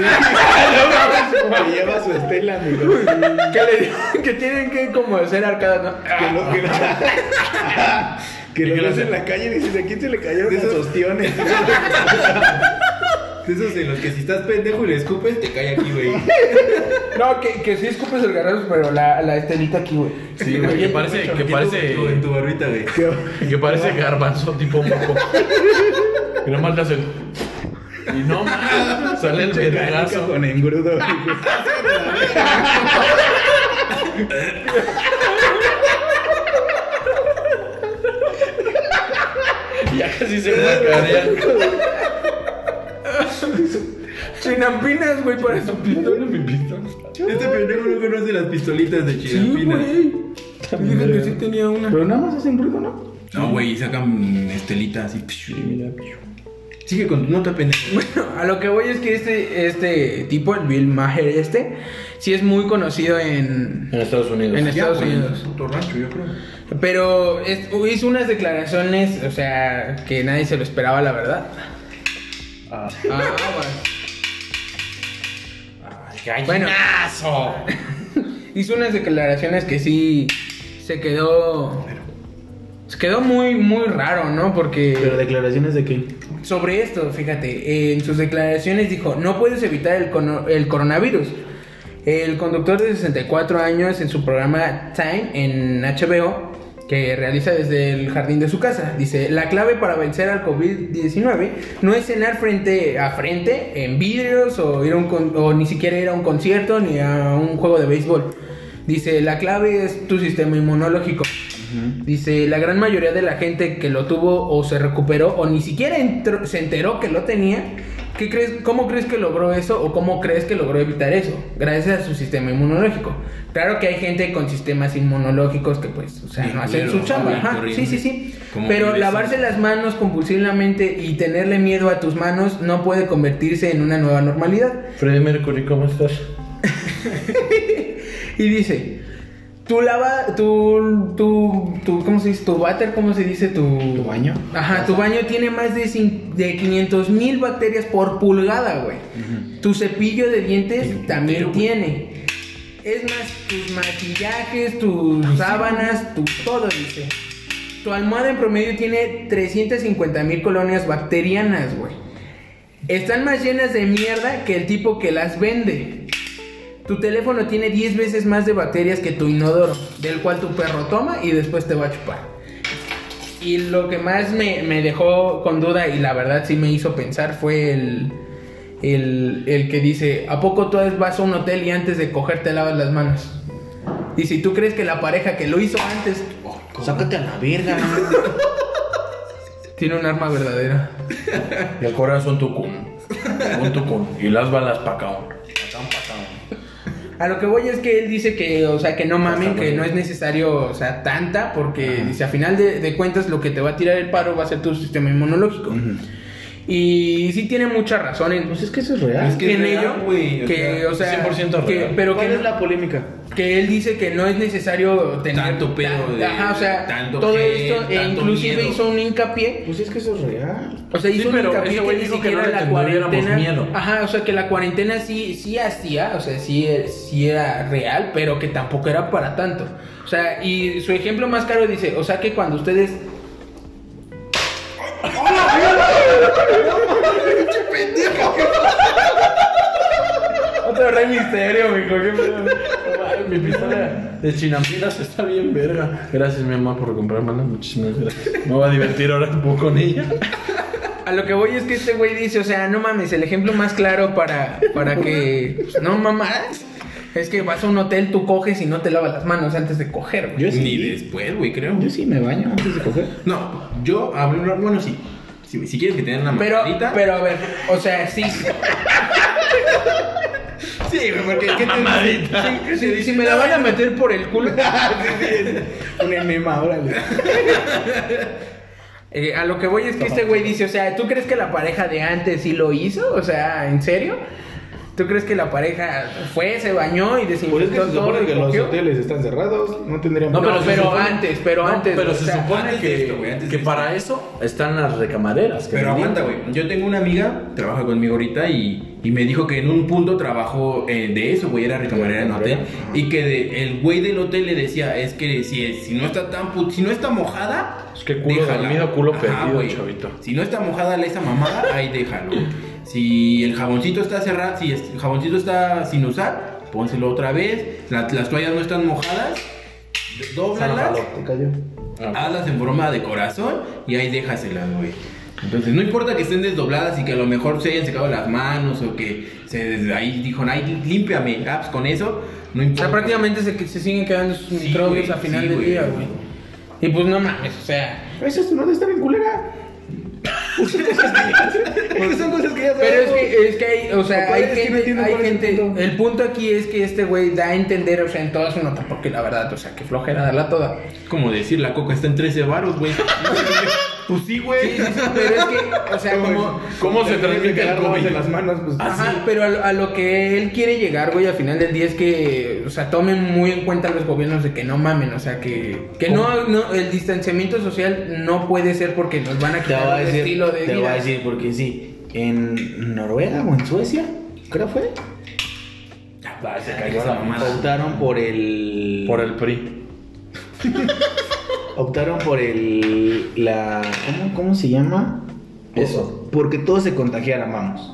Speaker 2: Como que lleva su estela, amigo.
Speaker 1: Que, le- que tienen que como hacer arcadas, ¿no?
Speaker 2: Que lo, que lo, que
Speaker 3: ¿Y
Speaker 2: lo
Speaker 3: qué le
Speaker 2: ves
Speaker 3: hace?
Speaker 2: en la calle y dices, ¿a quién se le cayeron
Speaker 5: De
Speaker 2: esos
Speaker 5: esos-
Speaker 2: ostiones?
Speaker 5: De esos en los que si estás pendejo y le escupes, te cae aquí, güey.
Speaker 1: No, que, que sí escupes el garrazo, pero la, la estelita aquí, güey.
Speaker 3: Sí, güey, que parece, que parece.
Speaker 5: En tu, en tu barbita, güey.
Speaker 3: Que parece garbanzo tipo moco. Y nomás le hacen. Y no más. Sale el
Speaker 2: Pinche canica
Speaker 3: vergazo.
Speaker 2: Con engrudo.
Speaker 3: Ya casi se guacarea.
Speaker 1: Chinampinas, güey, para su
Speaker 3: Dale mi pito.
Speaker 5: Este pendejo no conoce las pistolitas de
Speaker 1: Sí,
Speaker 5: Chirampina.
Speaker 1: güey. Dijo que sí tenía una.
Speaker 2: Pero nada más hacen bruto, ¿no?
Speaker 5: no, güey, y sacan estelita así. Sigue con tu nota, pendejo.
Speaker 1: Bueno, a lo que voy es que este, este tipo, el Bill Maher este, sí es muy conocido en,
Speaker 3: En Estados Unidos.
Speaker 1: en Estados
Speaker 5: güey,
Speaker 1: Unidos.
Speaker 5: en tu rancho, yo creo.
Speaker 1: Pero es- hizo unas declaraciones, o sea, que nadie se lo esperaba, la verdad. Ah, bueno.
Speaker 3: Ay,
Speaker 1: Bueno.
Speaker 3: ¡Gallinazo!
Speaker 1: Hizo unas declaraciones que sí se quedó... Se quedó muy, muy raro, ¿no? Porque...
Speaker 4: Pero declaraciones de qué?
Speaker 1: Sobre esto, fíjate, eh, en sus declaraciones dijo, no puedes evitar el, cono- el coronavirus. El conductor de 64 años en su programa Time en HBO, que realiza desde el jardín de su casa, dice, la clave para vencer al COVID-19 no es cenar frente a frente en vidrios o, ir a un con- o ni siquiera ir a un concierto ni a un juego de béisbol. Dice, la clave es tu sistema inmunológico. Dice, la gran mayoría de la gente que lo tuvo o se recuperó o ni siquiera entró- se enteró que lo tenía, ¿qué crees, ¿cómo crees que logró eso o cómo crees que logró evitar eso? Gracias a su sistema inmunológico. Claro que hay gente con sistemas inmunológicos que pues, o sea,
Speaker 5: Bien
Speaker 1: no hacen
Speaker 5: culero,
Speaker 1: su chamba.
Speaker 5: bien
Speaker 1: Ajá,
Speaker 5: horrible.
Speaker 1: sí, sí, sí.
Speaker 5: Como
Speaker 1: Pero
Speaker 5: vive
Speaker 1: lavarse
Speaker 5: eso.
Speaker 1: las manos compulsivamente y tenerle miedo a tus manos no puede convertirse en una nueva normalidad.
Speaker 3: Freddy Mercury, ¿cómo estás?
Speaker 1: Y dice, tu lava, tu, tu, tu, ¿cómo se dice? Tu váter, ¿cómo se dice? Tu,
Speaker 4: ¿Tu baño?
Speaker 1: Ajá, tu baño tiene más de, cin- de 500 mil bacterias por pulgada, güey. Tu cepillo de dientes también tiene. Es más, tus maquillajes, tus sábanas, tu todo, dice. Tu almohada en promedio tiene 350 mil colonias bacterianas, güey. Están más llenas de mierda que el tipo que las vende. Tu teléfono tiene 10 veces más de bacterias que tu inodoro, del cual tu perro toma y después te va a chupar. Y lo que más me, me dejó con duda y la verdad sí me hizo pensar fue el, el, el que dice, ¿a poco tú vas a un hotel y antes de coger te lavas las manos? Y si tú crees que la pareja que lo hizo antes
Speaker 4: Sácate a la verga.
Speaker 1: tiene un arma verdadera.
Speaker 3: El corazón tucum. Un tucum. Y las balas pacaón. Pacaón, pacaón.
Speaker 1: A lo que voy es que él dice que, o sea, que no mamen,
Speaker 3: Hasta
Speaker 1: que no
Speaker 3: luego.
Speaker 1: es necesario, o sea, tanta, porque dice, a final de, de cuentas, lo que te va a tirar el paro va a ser tu sistema inmunológico. Y sí tiene mucha razón en,
Speaker 4: Pues es que eso es real.
Speaker 5: Es que
Speaker 1: en
Speaker 5: real,
Speaker 1: ello.
Speaker 5: güey, o
Speaker 1: que,
Speaker 5: sea,
Speaker 1: o sea,
Speaker 3: 100%
Speaker 1: que-
Speaker 3: real.
Speaker 1: pero que,
Speaker 2: ¿Cuál
Speaker 1: no-
Speaker 2: es la polémica?
Speaker 1: que él dice que no es necesario tener
Speaker 5: Tanto pedo
Speaker 1: tan-
Speaker 5: de-
Speaker 1: ajá, o sea,
Speaker 5: tanto
Speaker 1: todo
Speaker 5: gel,
Speaker 1: esto, e
Speaker 5: tanto
Speaker 1: inclusive
Speaker 5: miedo.
Speaker 1: hizo un hincapié
Speaker 2: Pues es que eso es real.
Speaker 1: o sea,
Speaker 3: Sí,
Speaker 1: hizo un
Speaker 3: pero
Speaker 1: hincapié
Speaker 3: ese
Speaker 1: que
Speaker 3: güey
Speaker 1: ni
Speaker 3: dijo que no
Speaker 1: siquiera
Speaker 3: le
Speaker 1: la
Speaker 3: tuviéramos
Speaker 1: cuarentena.
Speaker 3: miedo.
Speaker 1: Ajá, o sea, que la cuarentena sí, sí hacía, o sea, sí, sí era real, pero que tampoco era para tanto. O sea, y su ejemplo más caro dice, o sea, que cuando ustedes.
Speaker 3: Otro rey misterio, mijo. Qué pedo. Mi pistola de chinampiras está bien verga. Gracias, mi mamá, por comprarme. Muchísimas gracias. Me voy a divertir ahora un poco con ella.
Speaker 1: A lo que voy es que este güey dice, o sea, no mames, el ejemplo más claro para, para que. pues, No mamadas. Es que vas a un hotel, tú coges y no te lavas las manos antes de coger, güey.
Speaker 4: Yo sí.
Speaker 5: Ni después, güey, creo.
Speaker 4: Yo sí me baño antes de coger.
Speaker 5: No, yo hablo, bueno, sí. Si, si quieres que te den una
Speaker 1: Pero,
Speaker 5: mamadita.
Speaker 1: pero a ver, o sea, sí.
Speaker 5: Sí, güey, porque ¿qué te
Speaker 1: sí, sí, si me la van a meter por el culo.
Speaker 4: Un enema, órale.
Speaker 1: Eh, a lo que voy es que este güey dice, o sea, ¿tú crees que la pareja de antes sí lo hizo? O sea, ¿en serio? ¿Tú crees que la pareja fue, se bañó y
Speaker 2: Pues es que
Speaker 1: desinfectó
Speaker 2: se
Speaker 1: todo
Speaker 2: supone
Speaker 1: y
Speaker 2: que los
Speaker 1: cogió?
Speaker 2: hoteles están cerrados, no ah. tendrían...
Speaker 1: No, pero,
Speaker 3: se supone-
Speaker 1: antes, pero
Speaker 3: No,
Speaker 1: antes.
Speaker 3: Pero
Speaker 1: o
Speaker 3: se
Speaker 1: sea,
Speaker 3: supone
Speaker 5: antes
Speaker 3: que,
Speaker 5: de esto, güey, antes
Speaker 3: que
Speaker 5: de
Speaker 3: para eso están las recamareras. que
Speaker 5: Pero
Speaker 3: te
Speaker 5: aguanta, güey. Yo tengo una amiga, trabaja conmigo ahorita y, y me dijo que en un punto trabajó eh, de eso, güey, era recamarera en hotel. Y que de- el güey del hotel le decía, es que si, si no está tan put- si no está mojada,
Speaker 3: Es que culo dormido, culo perdido,
Speaker 5: güey.
Speaker 3: chavito.
Speaker 5: Si no está mojada la- esa mamada, ahí déjalo. güey. Si el jaboncito está cerrado, si es- el jaboncito está sin usar, pónselo otra vez. La- las toallas no están mojadas,
Speaker 3: Sájalo.
Speaker 5: dóblalas.
Speaker 4: Te cayó.
Speaker 3: Ah,
Speaker 5: Hazlas en forma de corazón y ahí déjaselas, güey. Entonces, no importa que estén desdobladas y que a lo mejor se hayan secado las manos o que se desde ahí dijo, ay, límpiame, apps con eso, no
Speaker 1: o
Speaker 5: importa.
Speaker 1: sea, prácticamente se, se siguen quedando sus
Speaker 5: Sí,
Speaker 1: microbios
Speaker 5: güey,
Speaker 1: a final
Speaker 5: sí,
Speaker 1: del
Speaker 5: güey.
Speaker 1: día, güey. Y pues no mames, o sea.
Speaker 2: Eso es no de estar en culera. Pues es que Pues son cosas que ya sabemos.
Speaker 1: Pero es que, es que hay, o sea,
Speaker 2: Papá,
Speaker 1: hay
Speaker 2: es que no
Speaker 1: gente,
Speaker 2: entiendo
Speaker 1: hay
Speaker 2: cuál es el
Speaker 1: gente-
Speaker 2: punto.
Speaker 1: el punto aquí es que este güey da a entender, o sea, en toda su nota, porque la verdad, o sea, que flojera darla toda.
Speaker 5: Como decir, la coca está en 13 baros, güey. pues sí,
Speaker 1: Sí,
Speaker 5: güey.
Speaker 1: sí, sí, pero es que, o sea, como,
Speaker 2: ¿Cómo se transmite el
Speaker 5: COVID?
Speaker 2: en las manos?
Speaker 4: Ah,
Speaker 2: Pues,
Speaker 1: Ajá, pero a lo, a lo que él quiere llegar, güey, al final del día es que, o sea, tomen muy en cuenta los gobiernos de que no mamen, o sea, que, que no, no, el distanciamiento social no puede ser porque nos van a
Speaker 4: Te voy
Speaker 1: quitar
Speaker 4: a
Speaker 1: el
Speaker 4: decir,
Speaker 1: estilo de
Speaker 4: te voy a
Speaker 1: vida.
Speaker 4: decir porque sí. En Noruega o en Suecia, creo fue.
Speaker 5: Ah, se
Speaker 4: Optaron por el.
Speaker 3: Por el PRI.
Speaker 4: Optaron por el. La. ¿Cómo, cómo se llama?
Speaker 3: Eso.
Speaker 4: Porque todos se contagiaran, vamos.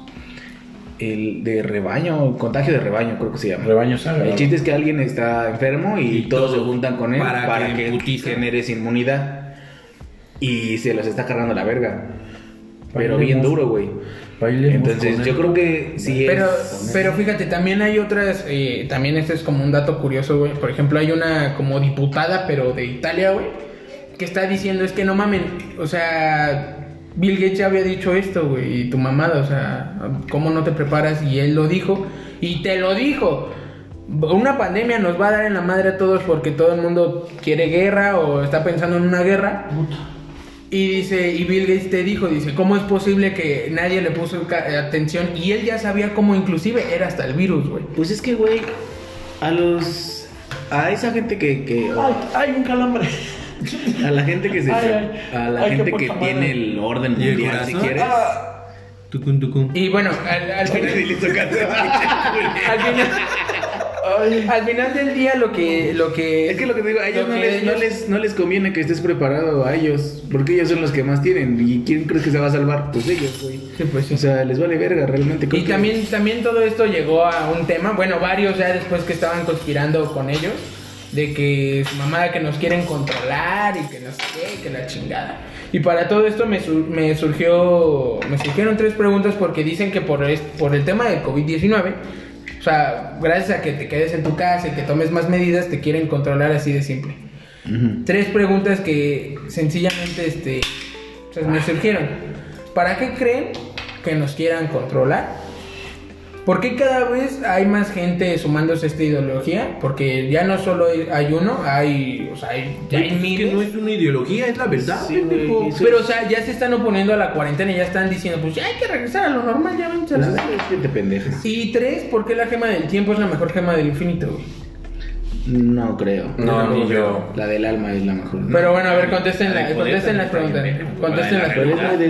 Speaker 4: El de rebaño, contagio de rebaño, creo que se llama.
Speaker 3: Rebaño sagrado.
Speaker 4: El chiste es que alguien está enfermo y,
Speaker 5: Y
Speaker 4: todos se
Speaker 5: todo.
Speaker 4: juntan con él
Speaker 5: Para
Speaker 4: para,
Speaker 5: que
Speaker 4: que,
Speaker 5: putiza.
Speaker 4: generes inmunidad. Y se los está cargando la verga. Pero
Speaker 3: Bailemos.
Speaker 4: bien duro, güey.
Speaker 3: Bailemos
Speaker 4: Entonces,
Speaker 3: con
Speaker 4: yo
Speaker 3: él.
Speaker 4: creo que sí es.
Speaker 1: Pero, pero fíjate, también hay otras, eh, también este es como un dato curioso, güey. Por ejemplo, hay una como diputada, pero de Italia, güey, que está diciendo, es que no mamen, o sea, Bill Gates ya había dicho esto, güey, y tu mamada, o sea, ¿cómo no te preparas? Y él lo dijo, y te lo dijo. Una pandemia nos va a dar en la madre a todos porque todo el mundo quiere guerra o está pensando en una guerra. Y dice, y Bill Gates te dijo, dice, ¿cómo es posible que nadie le puso ca- atención? Y él ya sabía cómo inclusive era hasta el virus, güey.
Speaker 4: Pues es que, güey, a los. A esa gente que. que
Speaker 3: Ay, ay, un calambre.
Speaker 4: a la gente que se.
Speaker 3: Ay, ay.
Speaker 4: a la
Speaker 3: Ay, qué
Speaker 4: gente que
Speaker 3: poca madre. Ah.
Speaker 4: tiene el orden
Speaker 5: ¿Y el
Speaker 4: mundial, si
Speaker 5: corazón?
Speaker 4: quieres.
Speaker 5: Tucun, tucun.
Speaker 1: Y bueno, al, al final, al final- al final del día lo que... Lo que
Speaker 4: Es que lo que te digo, a ellos,
Speaker 1: lo
Speaker 4: no
Speaker 1: que
Speaker 4: les, no,
Speaker 1: ellos-
Speaker 4: les, no les conviene que estés preparado a ellos, porque ellos son los que más tienen. ¿Y quién crees que se va a salvar? Pues ellos, güey.
Speaker 1: Sí, pues, sí.
Speaker 4: O sea, les vale verga realmente. creo
Speaker 1: Y
Speaker 4: que-
Speaker 1: también, también todo esto llegó a un tema, bueno, varios ya después que estaban conspirando con ellos, de que su mamada que nos quieren controlar y que no sé qué, que la chingada. Y para todo esto me, sur- me surgió, me surgieron tres preguntas porque dicen que por, es- por el tema del COVID-19, o sea, gracias a que te quedes en tu casa y que tomes más medidas, te quieren controlar así de simple.
Speaker 4: Ujú.
Speaker 1: Tres preguntas que sencillamente este, o sea, me surgieron. ¿Para qué creen que nos quieran controlar? ¿Por qué cada vez hay más gente sumándose a esta ideología? Porque ya no solo hay- hay uno, hay, o sea, hay, ya hay
Speaker 5: pues Es que
Speaker 1: miles.
Speaker 5: no es una ideología, es la verdad,
Speaker 4: Sí, güey,
Speaker 5: pendejo.
Speaker 4: y sí.
Speaker 1: Pero, o sea, ya se están oponiendo a la cuarentena, ya están diciendo, pues ya hay que regresar a lo normal, ya ven, a la
Speaker 4: Pues es
Speaker 1: verga.
Speaker 4: que es gente pendeja.
Speaker 1: Y tres, ¿por qué la gema del tiempo es la mejor gema del infinito, güey?
Speaker 4: No creo.
Speaker 3: No, ni yo.
Speaker 4: La del alma es la mejor.
Speaker 1: Pero bueno, a ver, contesten, la-
Speaker 5: Ay, joder,
Speaker 1: contesten las
Speaker 5: también
Speaker 1: preguntas.
Speaker 5: está bien,
Speaker 1: Contesten
Speaker 5: vale,
Speaker 1: las
Speaker 5: la
Speaker 4: Pero es
Speaker 1: preguntas.
Speaker 4: muy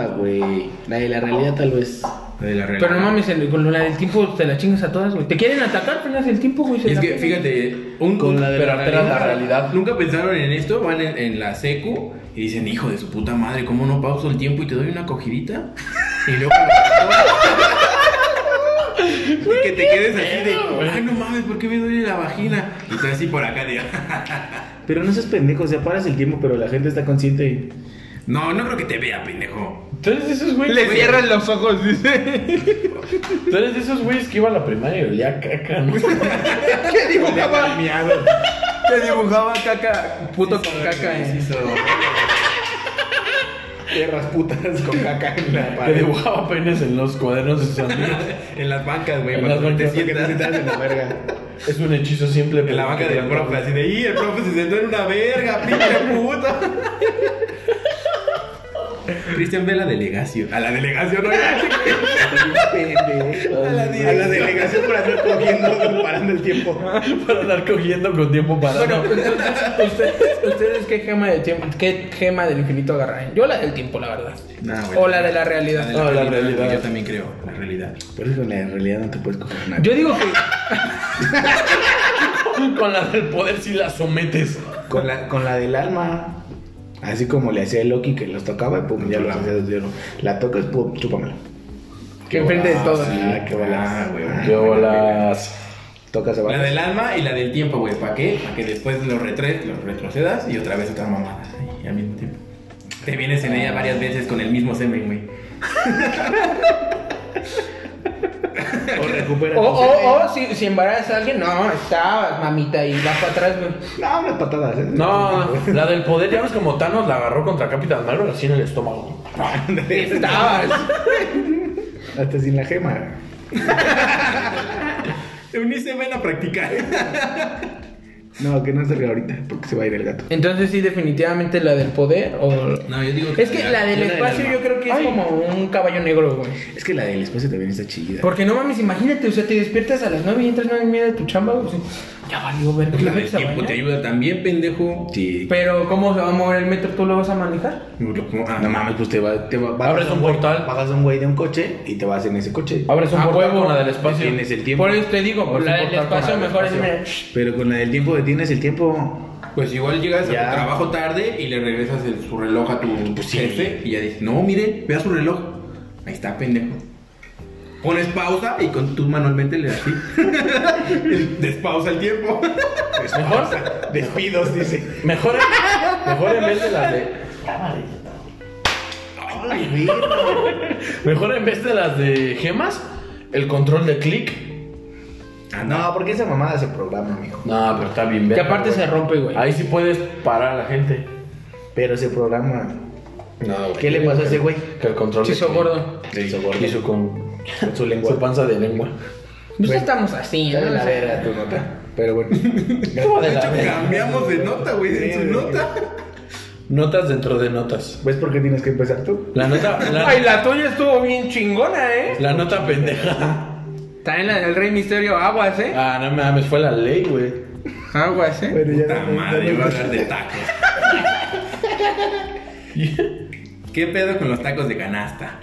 Speaker 4: destructiva, güey. La de la realidad tal vez.
Speaker 5: La de la realidad.
Speaker 1: Pero no mames, el- con la del tiempo te la chingas a todas, güey. Te quieren atacar, apenas el tiempo, güey. se
Speaker 5: Es
Speaker 1: la
Speaker 5: que,
Speaker 1: pelan.
Speaker 5: fíjate, un,
Speaker 4: Con la de
Speaker 5: pero
Speaker 4: la
Speaker 5: apenas
Speaker 4: realidad.
Speaker 5: Nunca pensaron en esto, van en, en la secu y dicen, hijo de su puta madre, ¿cómo no pauso el tiempo y te doy una cogidita? Y luego... y que te quedes así de, ay, no mames, ¿por qué me duele la vagina? Y tú así por acá de...
Speaker 4: Pero no seas pendejo, o sea, paras el tiempo, pero la gente está consciente y.
Speaker 5: no, no creo que te vea, pendejo.
Speaker 3: Tú eres de esos güeyes.
Speaker 1: Le cierran los ojos, dice.
Speaker 3: Tú eres de esos güeyes que iba a la primaria y olía a caca, ¿no?
Speaker 1: ¿Qué dibujaba? Te dibujaba caca, puto con caca, eh.
Speaker 4: Tierras putas con caca en la
Speaker 3: Te dibujaba penes en los cuadernos de sus amigos.
Speaker 5: en las bancas, güey,
Speaker 3: En
Speaker 5: cuando
Speaker 3: las
Speaker 5: te
Speaker 3: bancas,
Speaker 5: sientas.
Speaker 4: en la verga.
Speaker 3: Es un hechizo simple.
Speaker 5: En la banca del profe, así de, y el profe se sentó en una verga, pinche puta. Cristian ve a la delegación. A la delegación, no
Speaker 4: A la, delegación por andar cogiendo, parando el tiempo.
Speaker 3: Para andar cogiendo con tiempo para.
Speaker 1: Bueno, entonces, ¿ustedes, ustedes qué, gema del tiempo, qué gema del infinito agarran? Yo la del tiempo, la verdad.
Speaker 5: No, güey.
Speaker 1: o la de Ah, la realidad.
Speaker 5: de
Speaker 3: la realidad.
Speaker 5: güey, Yo también creo, la realidad.
Speaker 4: Pero eso en la realidad no te puedes coger nada.
Speaker 1: Yo digo que
Speaker 3: Con la del poder si la sometes.
Speaker 4: Con la, con la del alma. Así como le hacía el Loki que los tocaba y pum, ya los hacía de oro. La tocas, pum, chúpamela.
Speaker 1: que enfrente de todo.
Speaker 4: Ah, qué bolas.
Speaker 5: Ah, güey.
Speaker 3: Qué bolas.
Speaker 4: Tocas
Speaker 5: La
Speaker 4: abajo.
Speaker 5: del alma y la del tiempo, güey. ¿Para qué? Para que después los, retre- los retrocedas y otra vez otra mamada. ahí, al mismo tiempo. Te vienes en ella varias veces con el mismo semen, güey.
Speaker 4: O recupera.
Speaker 1: O,
Speaker 4: oh,
Speaker 1: o, o si, si embarazas a alguien, no, estabas, mamita, y vas para atrás, güey.
Speaker 4: No, unas patadas. ¿eh?
Speaker 3: No, la del poder, ya ves como Thanos la agarró contra Capitán Marvel así en el estómago.
Speaker 1: Estabas.
Speaker 4: Hasta sin la gema.
Speaker 5: Te uniste, ven a practicar.
Speaker 4: No, que no salga ahorita, porque se va a ir el gato.
Speaker 1: Entonces sí, definitivamente la del poder o...
Speaker 5: No, yo digo
Speaker 1: Es que la del espacio yo creo que es como un caballo negro, güey.
Speaker 4: Es que la del espacio también está chida.
Speaker 1: Porque no mames, imagínate, o sea, te despiertas a las 9 y entras 9 y media de tu chamba, güey. Ya valió ver
Speaker 5: La del tiempo te ayuda también, pendejo.
Speaker 4: Sí.
Speaker 1: Pero, ¿cómo se va a mover el metro? ¿Tú lo vas a manejar?
Speaker 4: No mames, pues te va, te va,
Speaker 3: Abres
Speaker 4: bajas a
Speaker 3: un
Speaker 4: güey-
Speaker 3: portal.
Speaker 4: Bajas a un güey de un coche y te vas en ese coche. Ah,
Speaker 3: Abres un
Speaker 1: A
Speaker 3: portal
Speaker 1: huevo.
Speaker 3: con la del espacio.
Speaker 4: Tienes el tiempo.
Speaker 1: pues, Por eso te digo,
Speaker 3: Por
Speaker 1: la del
Speaker 3: su portal con
Speaker 1: espacio
Speaker 3: la del
Speaker 1: mejor es...
Speaker 3: espacio.
Speaker 1: mira, shh.
Speaker 4: Pero con la del tiempo detienes el tiempo.
Speaker 5: Pues igual llegas a
Speaker 4: Ya.
Speaker 5: tu trabajo tarde y le regresas el- su reloj a tu jefe y ya dices, no, mire, vea su reloj. Ahí está, pendejo. Pones pausa y con tú manualmente le das así. Despausa el tiempo.
Speaker 3: Mejor,
Speaker 4: Despidos, dice.
Speaker 3: mejor, mejor en vez de la de.
Speaker 4: Ay,
Speaker 3: Mejor en vez de las de gemas, el control de clic.
Speaker 4: verga. Ah, no, porque esa mamada se programa, mijo.
Speaker 3: No, pero está bien.
Speaker 1: Que
Speaker 3: verga,
Speaker 1: aparte
Speaker 3: güey.
Speaker 1: se rompe, güey.
Speaker 3: Ahí sí puedes parar a la gente.
Speaker 4: Pero se programa.
Speaker 3: No, güey.
Speaker 4: ¿Qué le pasó a ese güey?
Speaker 3: Que el control
Speaker 1: Chizo
Speaker 3: clic.
Speaker 1: gordo.
Speaker 4: Se hizo gordo.
Speaker 3: Hizo con
Speaker 4: Con su lengua.
Speaker 3: su panza de lengua.
Speaker 1: Pues ya estamos así,
Speaker 4: Ya
Speaker 1: ¿no?
Speaker 4: de la
Speaker 1: O sea,
Speaker 4: verga tu nota. Pero bueno.
Speaker 5: De hecho, cambiamos de nota, güey, en su
Speaker 4: Sí,
Speaker 5: nota.
Speaker 3: Notas dentro de notas.
Speaker 4: ¿Ves por qué tienes que empezar tú?
Speaker 3: La nota,
Speaker 1: Ay,
Speaker 3: la,
Speaker 1: la tuya estuvo bien chingona, ¿eh?
Speaker 3: la nota pendeja.
Speaker 1: También la del Rey Misterio, aguas, ¿eh?
Speaker 3: Ah, no mames, fue la ley, güey.
Speaker 1: Aguas, ¿eh?
Speaker 4: Bueno,
Speaker 5: Puta madre, iba a hablar de tacos. ¿Qué pedo con los tacos de canasta?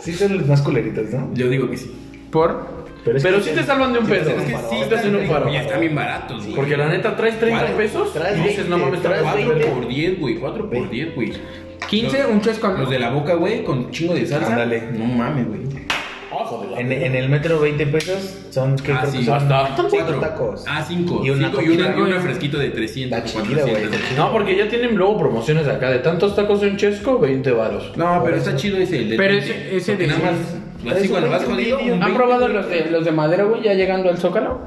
Speaker 4: Sí son los más culeritos, ¿no?
Speaker 5: Yo digo que sí.
Speaker 1: Por...
Speaker 4: es que-
Speaker 3: Pero sí te salvan de un pedo.
Speaker 5: Es que sí,
Speaker 3: Sí te hacen un paro.
Speaker 5: Y están bien baratos, güey.
Speaker 3: Porque la neta traes 30
Speaker 5: ¿Cuál?
Speaker 3: pesos
Speaker 4: Traes
Speaker 3: y dices, no
Speaker 4: 20,
Speaker 3: mames, traes
Speaker 4: traes
Speaker 3: 4
Speaker 5: 4
Speaker 4: 20.
Speaker 5: por 10, güey. 4 por 10, güey.
Speaker 1: 15,
Speaker 5: Los-
Speaker 1: un tres con...
Speaker 5: Los de la boca, güey, con chingo de salsa.
Speaker 4: Ándale.
Speaker 5: No mames, güey.
Speaker 3: Ojo de la-
Speaker 4: En, en el metro 20 pesos son que
Speaker 5: Ah,
Speaker 4: creo que
Speaker 5: sí.
Speaker 4: son
Speaker 3: Hasta-
Speaker 4: cinco
Speaker 5: Cuatro.
Speaker 4: tacos.
Speaker 5: Ah, 5.
Speaker 4: Y una
Speaker 5: y, una,
Speaker 4: cochina,
Speaker 5: y una
Speaker 1: güey.
Speaker 5: fresquito de 300.
Speaker 4: La chida,
Speaker 5: 400.
Speaker 4: güey.
Speaker 3: No, porque ya tienen luego promociones acá. De tantos tacos de un chesco, 20 varos.
Speaker 5: No, pero está chido ese. El de
Speaker 1: Pero
Speaker 5: 20,
Speaker 1: ese- ese
Speaker 5: porque
Speaker 1: de-
Speaker 5: Nada más. Así
Speaker 4: Traes
Speaker 5: cuando
Speaker 4: un
Speaker 5: vas
Speaker 4: 20
Speaker 5: jodido.
Speaker 4: medio.
Speaker 5: un
Speaker 1: ¿Han
Speaker 5: 20.
Speaker 1: probado los de, los de madera, güey, ya llegando al Zócalo?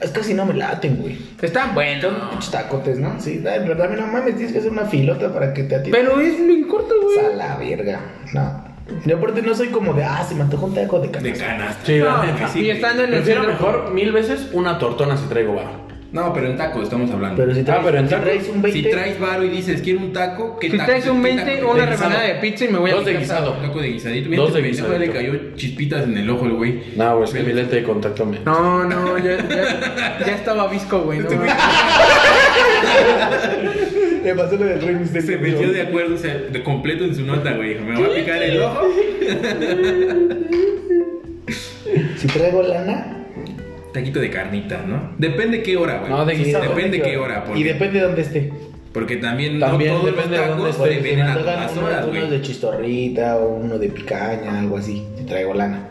Speaker 4: Es que si no me laten, güey.
Speaker 1: Están buenos.
Speaker 4: Muchos tacotes, ¿no? Sí, ay, pero también no mames, tienes que hacer una filota para que te atiendan.
Speaker 1: Pero es bien corto,
Speaker 4: A
Speaker 1: güey.
Speaker 4: la verga. No. Y aparte no soy como de, ah, se me antojó un taco de
Speaker 5: De
Speaker 4: canasta.
Speaker 5: canasta.
Speaker 3: Sí, la
Speaker 1: No,
Speaker 3: neta,
Speaker 5: sí,
Speaker 1: y estando en el
Speaker 3: Prefiero
Speaker 1: centro.
Speaker 3: mejor mil veces una tortona si traigo bar.
Speaker 5: No, pero en taco estamos hablando.
Speaker 4: Pero si traes,
Speaker 3: Ah, pero en
Speaker 4: si
Speaker 3: taco-
Speaker 4: traes un 20,
Speaker 5: Si traes varo y dices, quiero un taco, ¿qué
Speaker 1: Si
Speaker 5: taco?
Speaker 1: traes un
Speaker 5: ¿Qué
Speaker 1: 20,
Speaker 5: taco?
Speaker 1: una
Speaker 5: ¿Qué
Speaker 1: rebanada
Speaker 5: guisado?
Speaker 1: de pizza y me voy a
Speaker 3: Dos
Speaker 1: mi
Speaker 3: de
Speaker 1: casa.
Speaker 3: guisado.
Speaker 5: Taco de guisadito.
Speaker 3: Dos
Speaker 5: Mira,
Speaker 3: de
Speaker 5: este pendejo le
Speaker 3: guisadito.
Speaker 5: cayó chispitas en el ojo, el güey.
Speaker 3: No, güey, es que
Speaker 5: Vele.
Speaker 3: mi lente de contacto me.
Speaker 1: No, no, ya, ya, ya estaba visco, güey.
Speaker 5: Este
Speaker 1: No, mames.
Speaker 4: Te pasó lo del Rey
Speaker 5: Se
Speaker 4: Misterio.
Speaker 5: metió de acuerdo, o sea, de completo en su nota, güey. Me va a picar el ojo.
Speaker 4: Si traigo lana.
Speaker 5: Taquito de carnitas, ¿no? Depende qué hora, güey.
Speaker 3: No, de
Speaker 5: Sí,
Speaker 3: guisado.
Speaker 5: Depende qué hora.
Speaker 4: Y
Speaker 5: Porque,
Speaker 4: depende de dónde esté.
Speaker 5: porque también,
Speaker 3: También
Speaker 5: no todos los
Speaker 3: depende de dónde
Speaker 5: tacos
Speaker 3: estés.
Speaker 5: se
Speaker 4: Pues, Si
Speaker 5: venden
Speaker 4: me
Speaker 5: a
Speaker 4: antojan
Speaker 5: todas
Speaker 4: uno-
Speaker 5: horas,
Speaker 4: uno
Speaker 5: güey.
Speaker 4: de chistorrita o uno de picaña, algo así. Te traigo lana.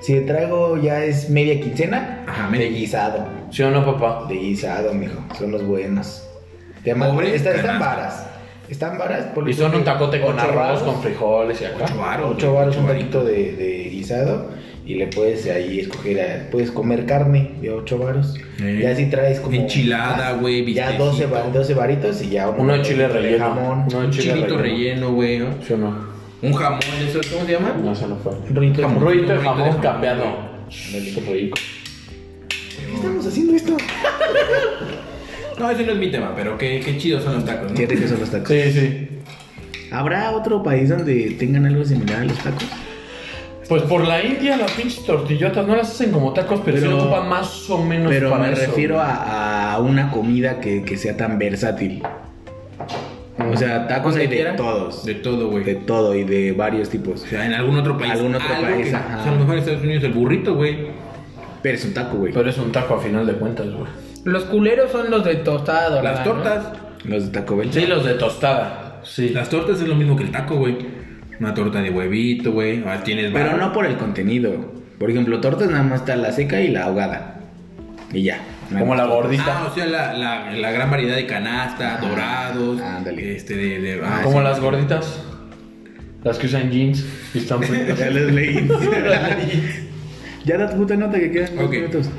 Speaker 4: Si traigo ya es media quincena,
Speaker 5: Ajá, media.
Speaker 4: de guisado.
Speaker 3: ¿Sí o no, papá?
Speaker 4: De guisado, mijo. Son los buenos. Te aman-
Speaker 5: Pobre
Speaker 4: esta-
Speaker 5: canasta.
Speaker 4: están varas. Están varas. por
Speaker 3: Y
Speaker 4: ejemplo,
Speaker 3: son un tacote con
Speaker 4: ocho
Speaker 3: arroz,
Speaker 4: varos,
Speaker 3: con frijoles y acá.
Speaker 5: Ocho varos.
Speaker 4: Ocho
Speaker 5: güey,
Speaker 4: varos, un
Speaker 5: varitos.
Speaker 4: taquito de, de guisado. Y le puedes ahí escoger, a- puedes comer carne de ocho varos.
Speaker 5: Eh.
Speaker 4: Ya si traes como.
Speaker 5: Enchilada,
Speaker 4: más,
Speaker 5: güey,
Speaker 4: Ya
Speaker 5: bistecito.
Speaker 4: 12, va- 12 varitos y ya
Speaker 3: Uno de chile relleno.
Speaker 4: jamón.
Speaker 3: Uno de
Speaker 5: Un
Speaker 3: chile
Speaker 5: chilito relleno, güey. ¿no?
Speaker 3: ¿Sí o no?
Speaker 5: Un jamón, ¿eso cómo se llama?
Speaker 3: No, se no fue.
Speaker 4: Un rollito de
Speaker 5: Jamón.
Speaker 4: jamón.
Speaker 3: Ruidito
Speaker 5: Ruidito
Speaker 3: de
Speaker 5: de
Speaker 3: jamón
Speaker 5: jamón.
Speaker 3: capeado. Qué rico.
Speaker 4: ¿Qué estamos haciendo esto?
Speaker 5: No, ese no es mi tema, pero qué, qué chidos son los tacos, ¿no?
Speaker 4: Qué ricos son los tacos.
Speaker 3: Sí, sí.
Speaker 4: ¿Habrá otro país donde tengan algo similar a los tacos?
Speaker 3: Pues por la India las pinches tortillotas no las hacen como tacos, pero, se
Speaker 4: Pero-
Speaker 3: ocupan más o menos
Speaker 4: Pero
Speaker 3: para
Speaker 4: me
Speaker 3: eso,
Speaker 4: refiero
Speaker 3: güey.
Speaker 4: a, a una comida que, que sea tan versátil. O sea, tacos hay de
Speaker 5: Cualquiera.
Speaker 4: todos.
Speaker 5: Mm. De
Speaker 4: De,
Speaker 5: todo, güey.
Speaker 4: todo y de varios tipos.
Speaker 5: O sea, en algún otro país.
Speaker 4: Algún otro
Speaker 5: algo
Speaker 4: país,
Speaker 5: que-
Speaker 4: ajá.
Speaker 5: o sea, a lo mejor en Estados Unidos el burrito, güey.
Speaker 4: Pero es un taco, güey.
Speaker 3: Pero es un taco a final de cuentas, güey.
Speaker 1: Los culeros son los de tostada dorada.
Speaker 5: Las
Speaker 1: ¿no?
Speaker 5: tortas.
Speaker 4: Los de Taco Bell.
Speaker 3: Sí, los de tostada. Sí.
Speaker 5: Las tortas es lo mismo que el taco, güey. Una torta de huevito, güey. Ahora tienes
Speaker 4: Pero
Speaker 5: varo.
Speaker 4: no por el contenido. Por ejemplo, tortas nada más está la seca y la ahogada. Y ya.
Speaker 3: Como la
Speaker 4: gordita
Speaker 3: gordita.
Speaker 5: Ah, o sea, la, la, la gran variedad de canasta,
Speaker 4: Ajá.
Speaker 5: dorados.
Speaker 4: Ah, Ándale.
Speaker 5: Este, de. de- ah,
Speaker 3: como
Speaker 5: sí.
Speaker 3: las gorditas. Las que usan jeans y están fritas.
Speaker 4: Ya les leí. ya da tu puta nota que quedan dos
Speaker 5: Ok.
Speaker 4: minutos.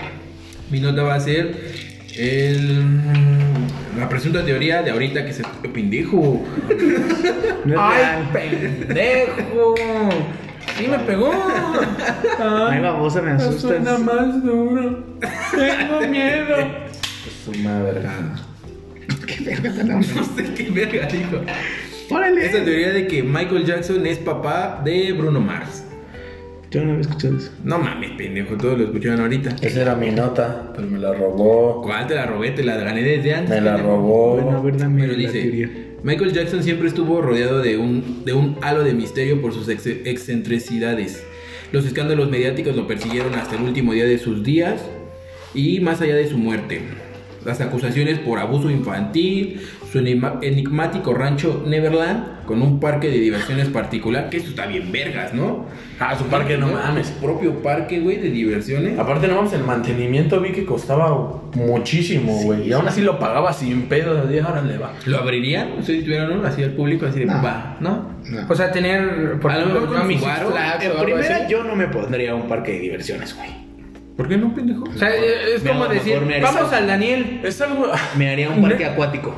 Speaker 5: Mi nota va a ser. el- la presunta teoría de ahorita que se. Pendejo.
Speaker 4: No es
Speaker 1: ¡Ay,
Speaker 4: real.
Speaker 1: pendejo! ¡Sí me pegó!
Speaker 4: Ay, babosa, me asustas.
Speaker 3: Suena más duro. Tengo miedo.
Speaker 4: Su madre. Qué verga tan
Speaker 5: Ah. No sé qué verga dijo.
Speaker 4: Órale.
Speaker 5: Esa teoría de que Michael Jackson es papá de Bruno Mars.
Speaker 4: Yo no había escuchado eso.
Speaker 5: No mames, pendejo, todos lo escucharon ahorita.
Speaker 4: Eh.
Speaker 3: Esa era mi nota, pero me la robó.
Speaker 5: ¿Cuál te la robé? Te la gané desde antes.
Speaker 3: Me la
Speaker 5: pendejo.
Speaker 3: robó.
Speaker 4: Bueno, a ver, dame
Speaker 5: Pero
Speaker 4: la teoría.
Speaker 5: dice, Michael Jackson siempre estuvo rodeado de un, de un halo de misterio por sus ex- excentricidades. Los escándalos mediáticos lo persiguieron hasta el último día de sus días y más allá de su muerte. Las acusaciones por abuso infantil, su enigma- enigmático rancho Neverland con un parque de diversiones particular, que esto está bien vergas, ¿no?
Speaker 3: Ah, su parque, no mames.
Speaker 5: Su propio parque, güey, de diversiones.
Speaker 3: Aparte, no mames, el mantenimiento vi que costaba muchísimo, güey. y aún así lo pagaba sin pedo. De 10 horas le va.
Speaker 5: ¿Lo abrirían? ¿Ustedes tuvieron uno así al público, así de
Speaker 4: No.
Speaker 5: va, ¿no?
Speaker 4: No.
Speaker 1: O sea, tener.
Speaker 5: A lo
Speaker 1: ejemplo,
Speaker 5: mejor con
Speaker 1: ¿no?
Speaker 5: su
Speaker 1: Mis Six
Speaker 5: varo,
Speaker 1: Flags o
Speaker 4: En
Speaker 1: algo
Speaker 4: primera,
Speaker 1: así.
Speaker 4: yo no me pondría a un parque de diversiones, güey.
Speaker 5: ¿Por qué no, pendejo?
Speaker 1: O sea, es
Speaker 4: Me-
Speaker 1: como
Speaker 4: a lo mejor
Speaker 1: decir,
Speaker 4: me haría-
Speaker 1: vamos al Daniel,
Speaker 3: Es algo.
Speaker 4: Me haría un parque acuático.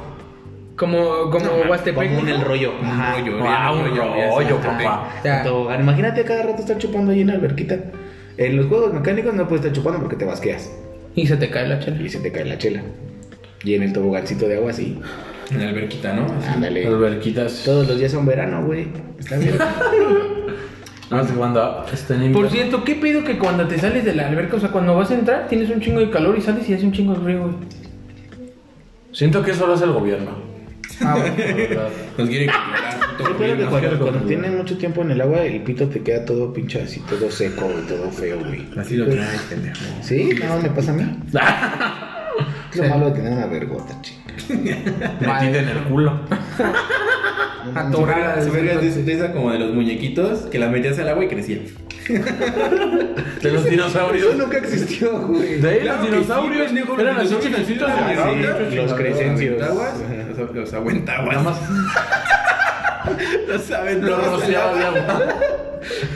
Speaker 1: como, como Huastepec.
Speaker 4: Como un
Speaker 1: ¿no?
Speaker 4: el rollo. Ajá.
Speaker 5: rollo.
Speaker 3: Ah, un rollo,
Speaker 5: Ajá.
Speaker 3: papá.
Speaker 1: O sea,
Speaker 4: Con tobogán. Imagínate cada rato estar chupando ahí en la alberquita. En los juegos mecánicos no puedes estar chupando porque te basqueas
Speaker 1: y se te cae la chela.
Speaker 4: y se te cae la chela. Y en el tobogancito de agua, sí.
Speaker 5: En la alberquita, ¿no?
Speaker 4: Ándale.
Speaker 3: Alberquitas.
Speaker 4: Todos los días son verano, güey. Está bien.
Speaker 3: No sé cuando estén en
Speaker 1: Por cierto, ¿qué pedo que cuando te sales de la alberca, o sea, cuando vas a entrar, tienes un chingo de calor y sales y hace un chingo de frío, güey?
Speaker 3: Siento que eso lo hace el gobierno.
Speaker 1: Ah, bueno.
Speaker 3: la verdad.
Speaker 5: Nos quieren controlar, puto
Speaker 4: Yo creo que
Speaker 5: gobierno.
Speaker 4: cuando,
Speaker 3: quiero
Speaker 4: cuando
Speaker 3: concluir.
Speaker 4: tienes mucho tiempo en el agua, el pito te queda todo pinche así, todo seco, güey, todo feo, güey.
Speaker 5: Así lo traes, pendejo.
Speaker 4: ¿Sí? No, me pasa a mí. Es lo malo de tener una vergota, chinga.
Speaker 3: Metida en el culo.
Speaker 1: Atorada.
Speaker 5: Su verga es de,
Speaker 1: entonces.
Speaker 5: de esa como de los muñequitos que las metías al agua y crecían.
Speaker 3: De los dinosaurios.
Speaker 4: nunca existió, güey.
Speaker 3: De ahí
Speaker 5: Claro
Speaker 3: los
Speaker 5: que
Speaker 3: dinosaurios,
Speaker 5: sí, pendejo,
Speaker 3: eran
Speaker 5: los
Speaker 3: así
Speaker 5: dinosaurios
Speaker 3: chiquititos.
Speaker 5: eran así,
Speaker 3: güey.
Speaker 5: ¿no?
Speaker 4: Los crecencios.
Speaker 5: Aguentaguas, los- Los
Speaker 3: Nada
Speaker 5: aguentaguas.
Speaker 3: más
Speaker 5: Los saben,
Speaker 3: lo rociaba de agua.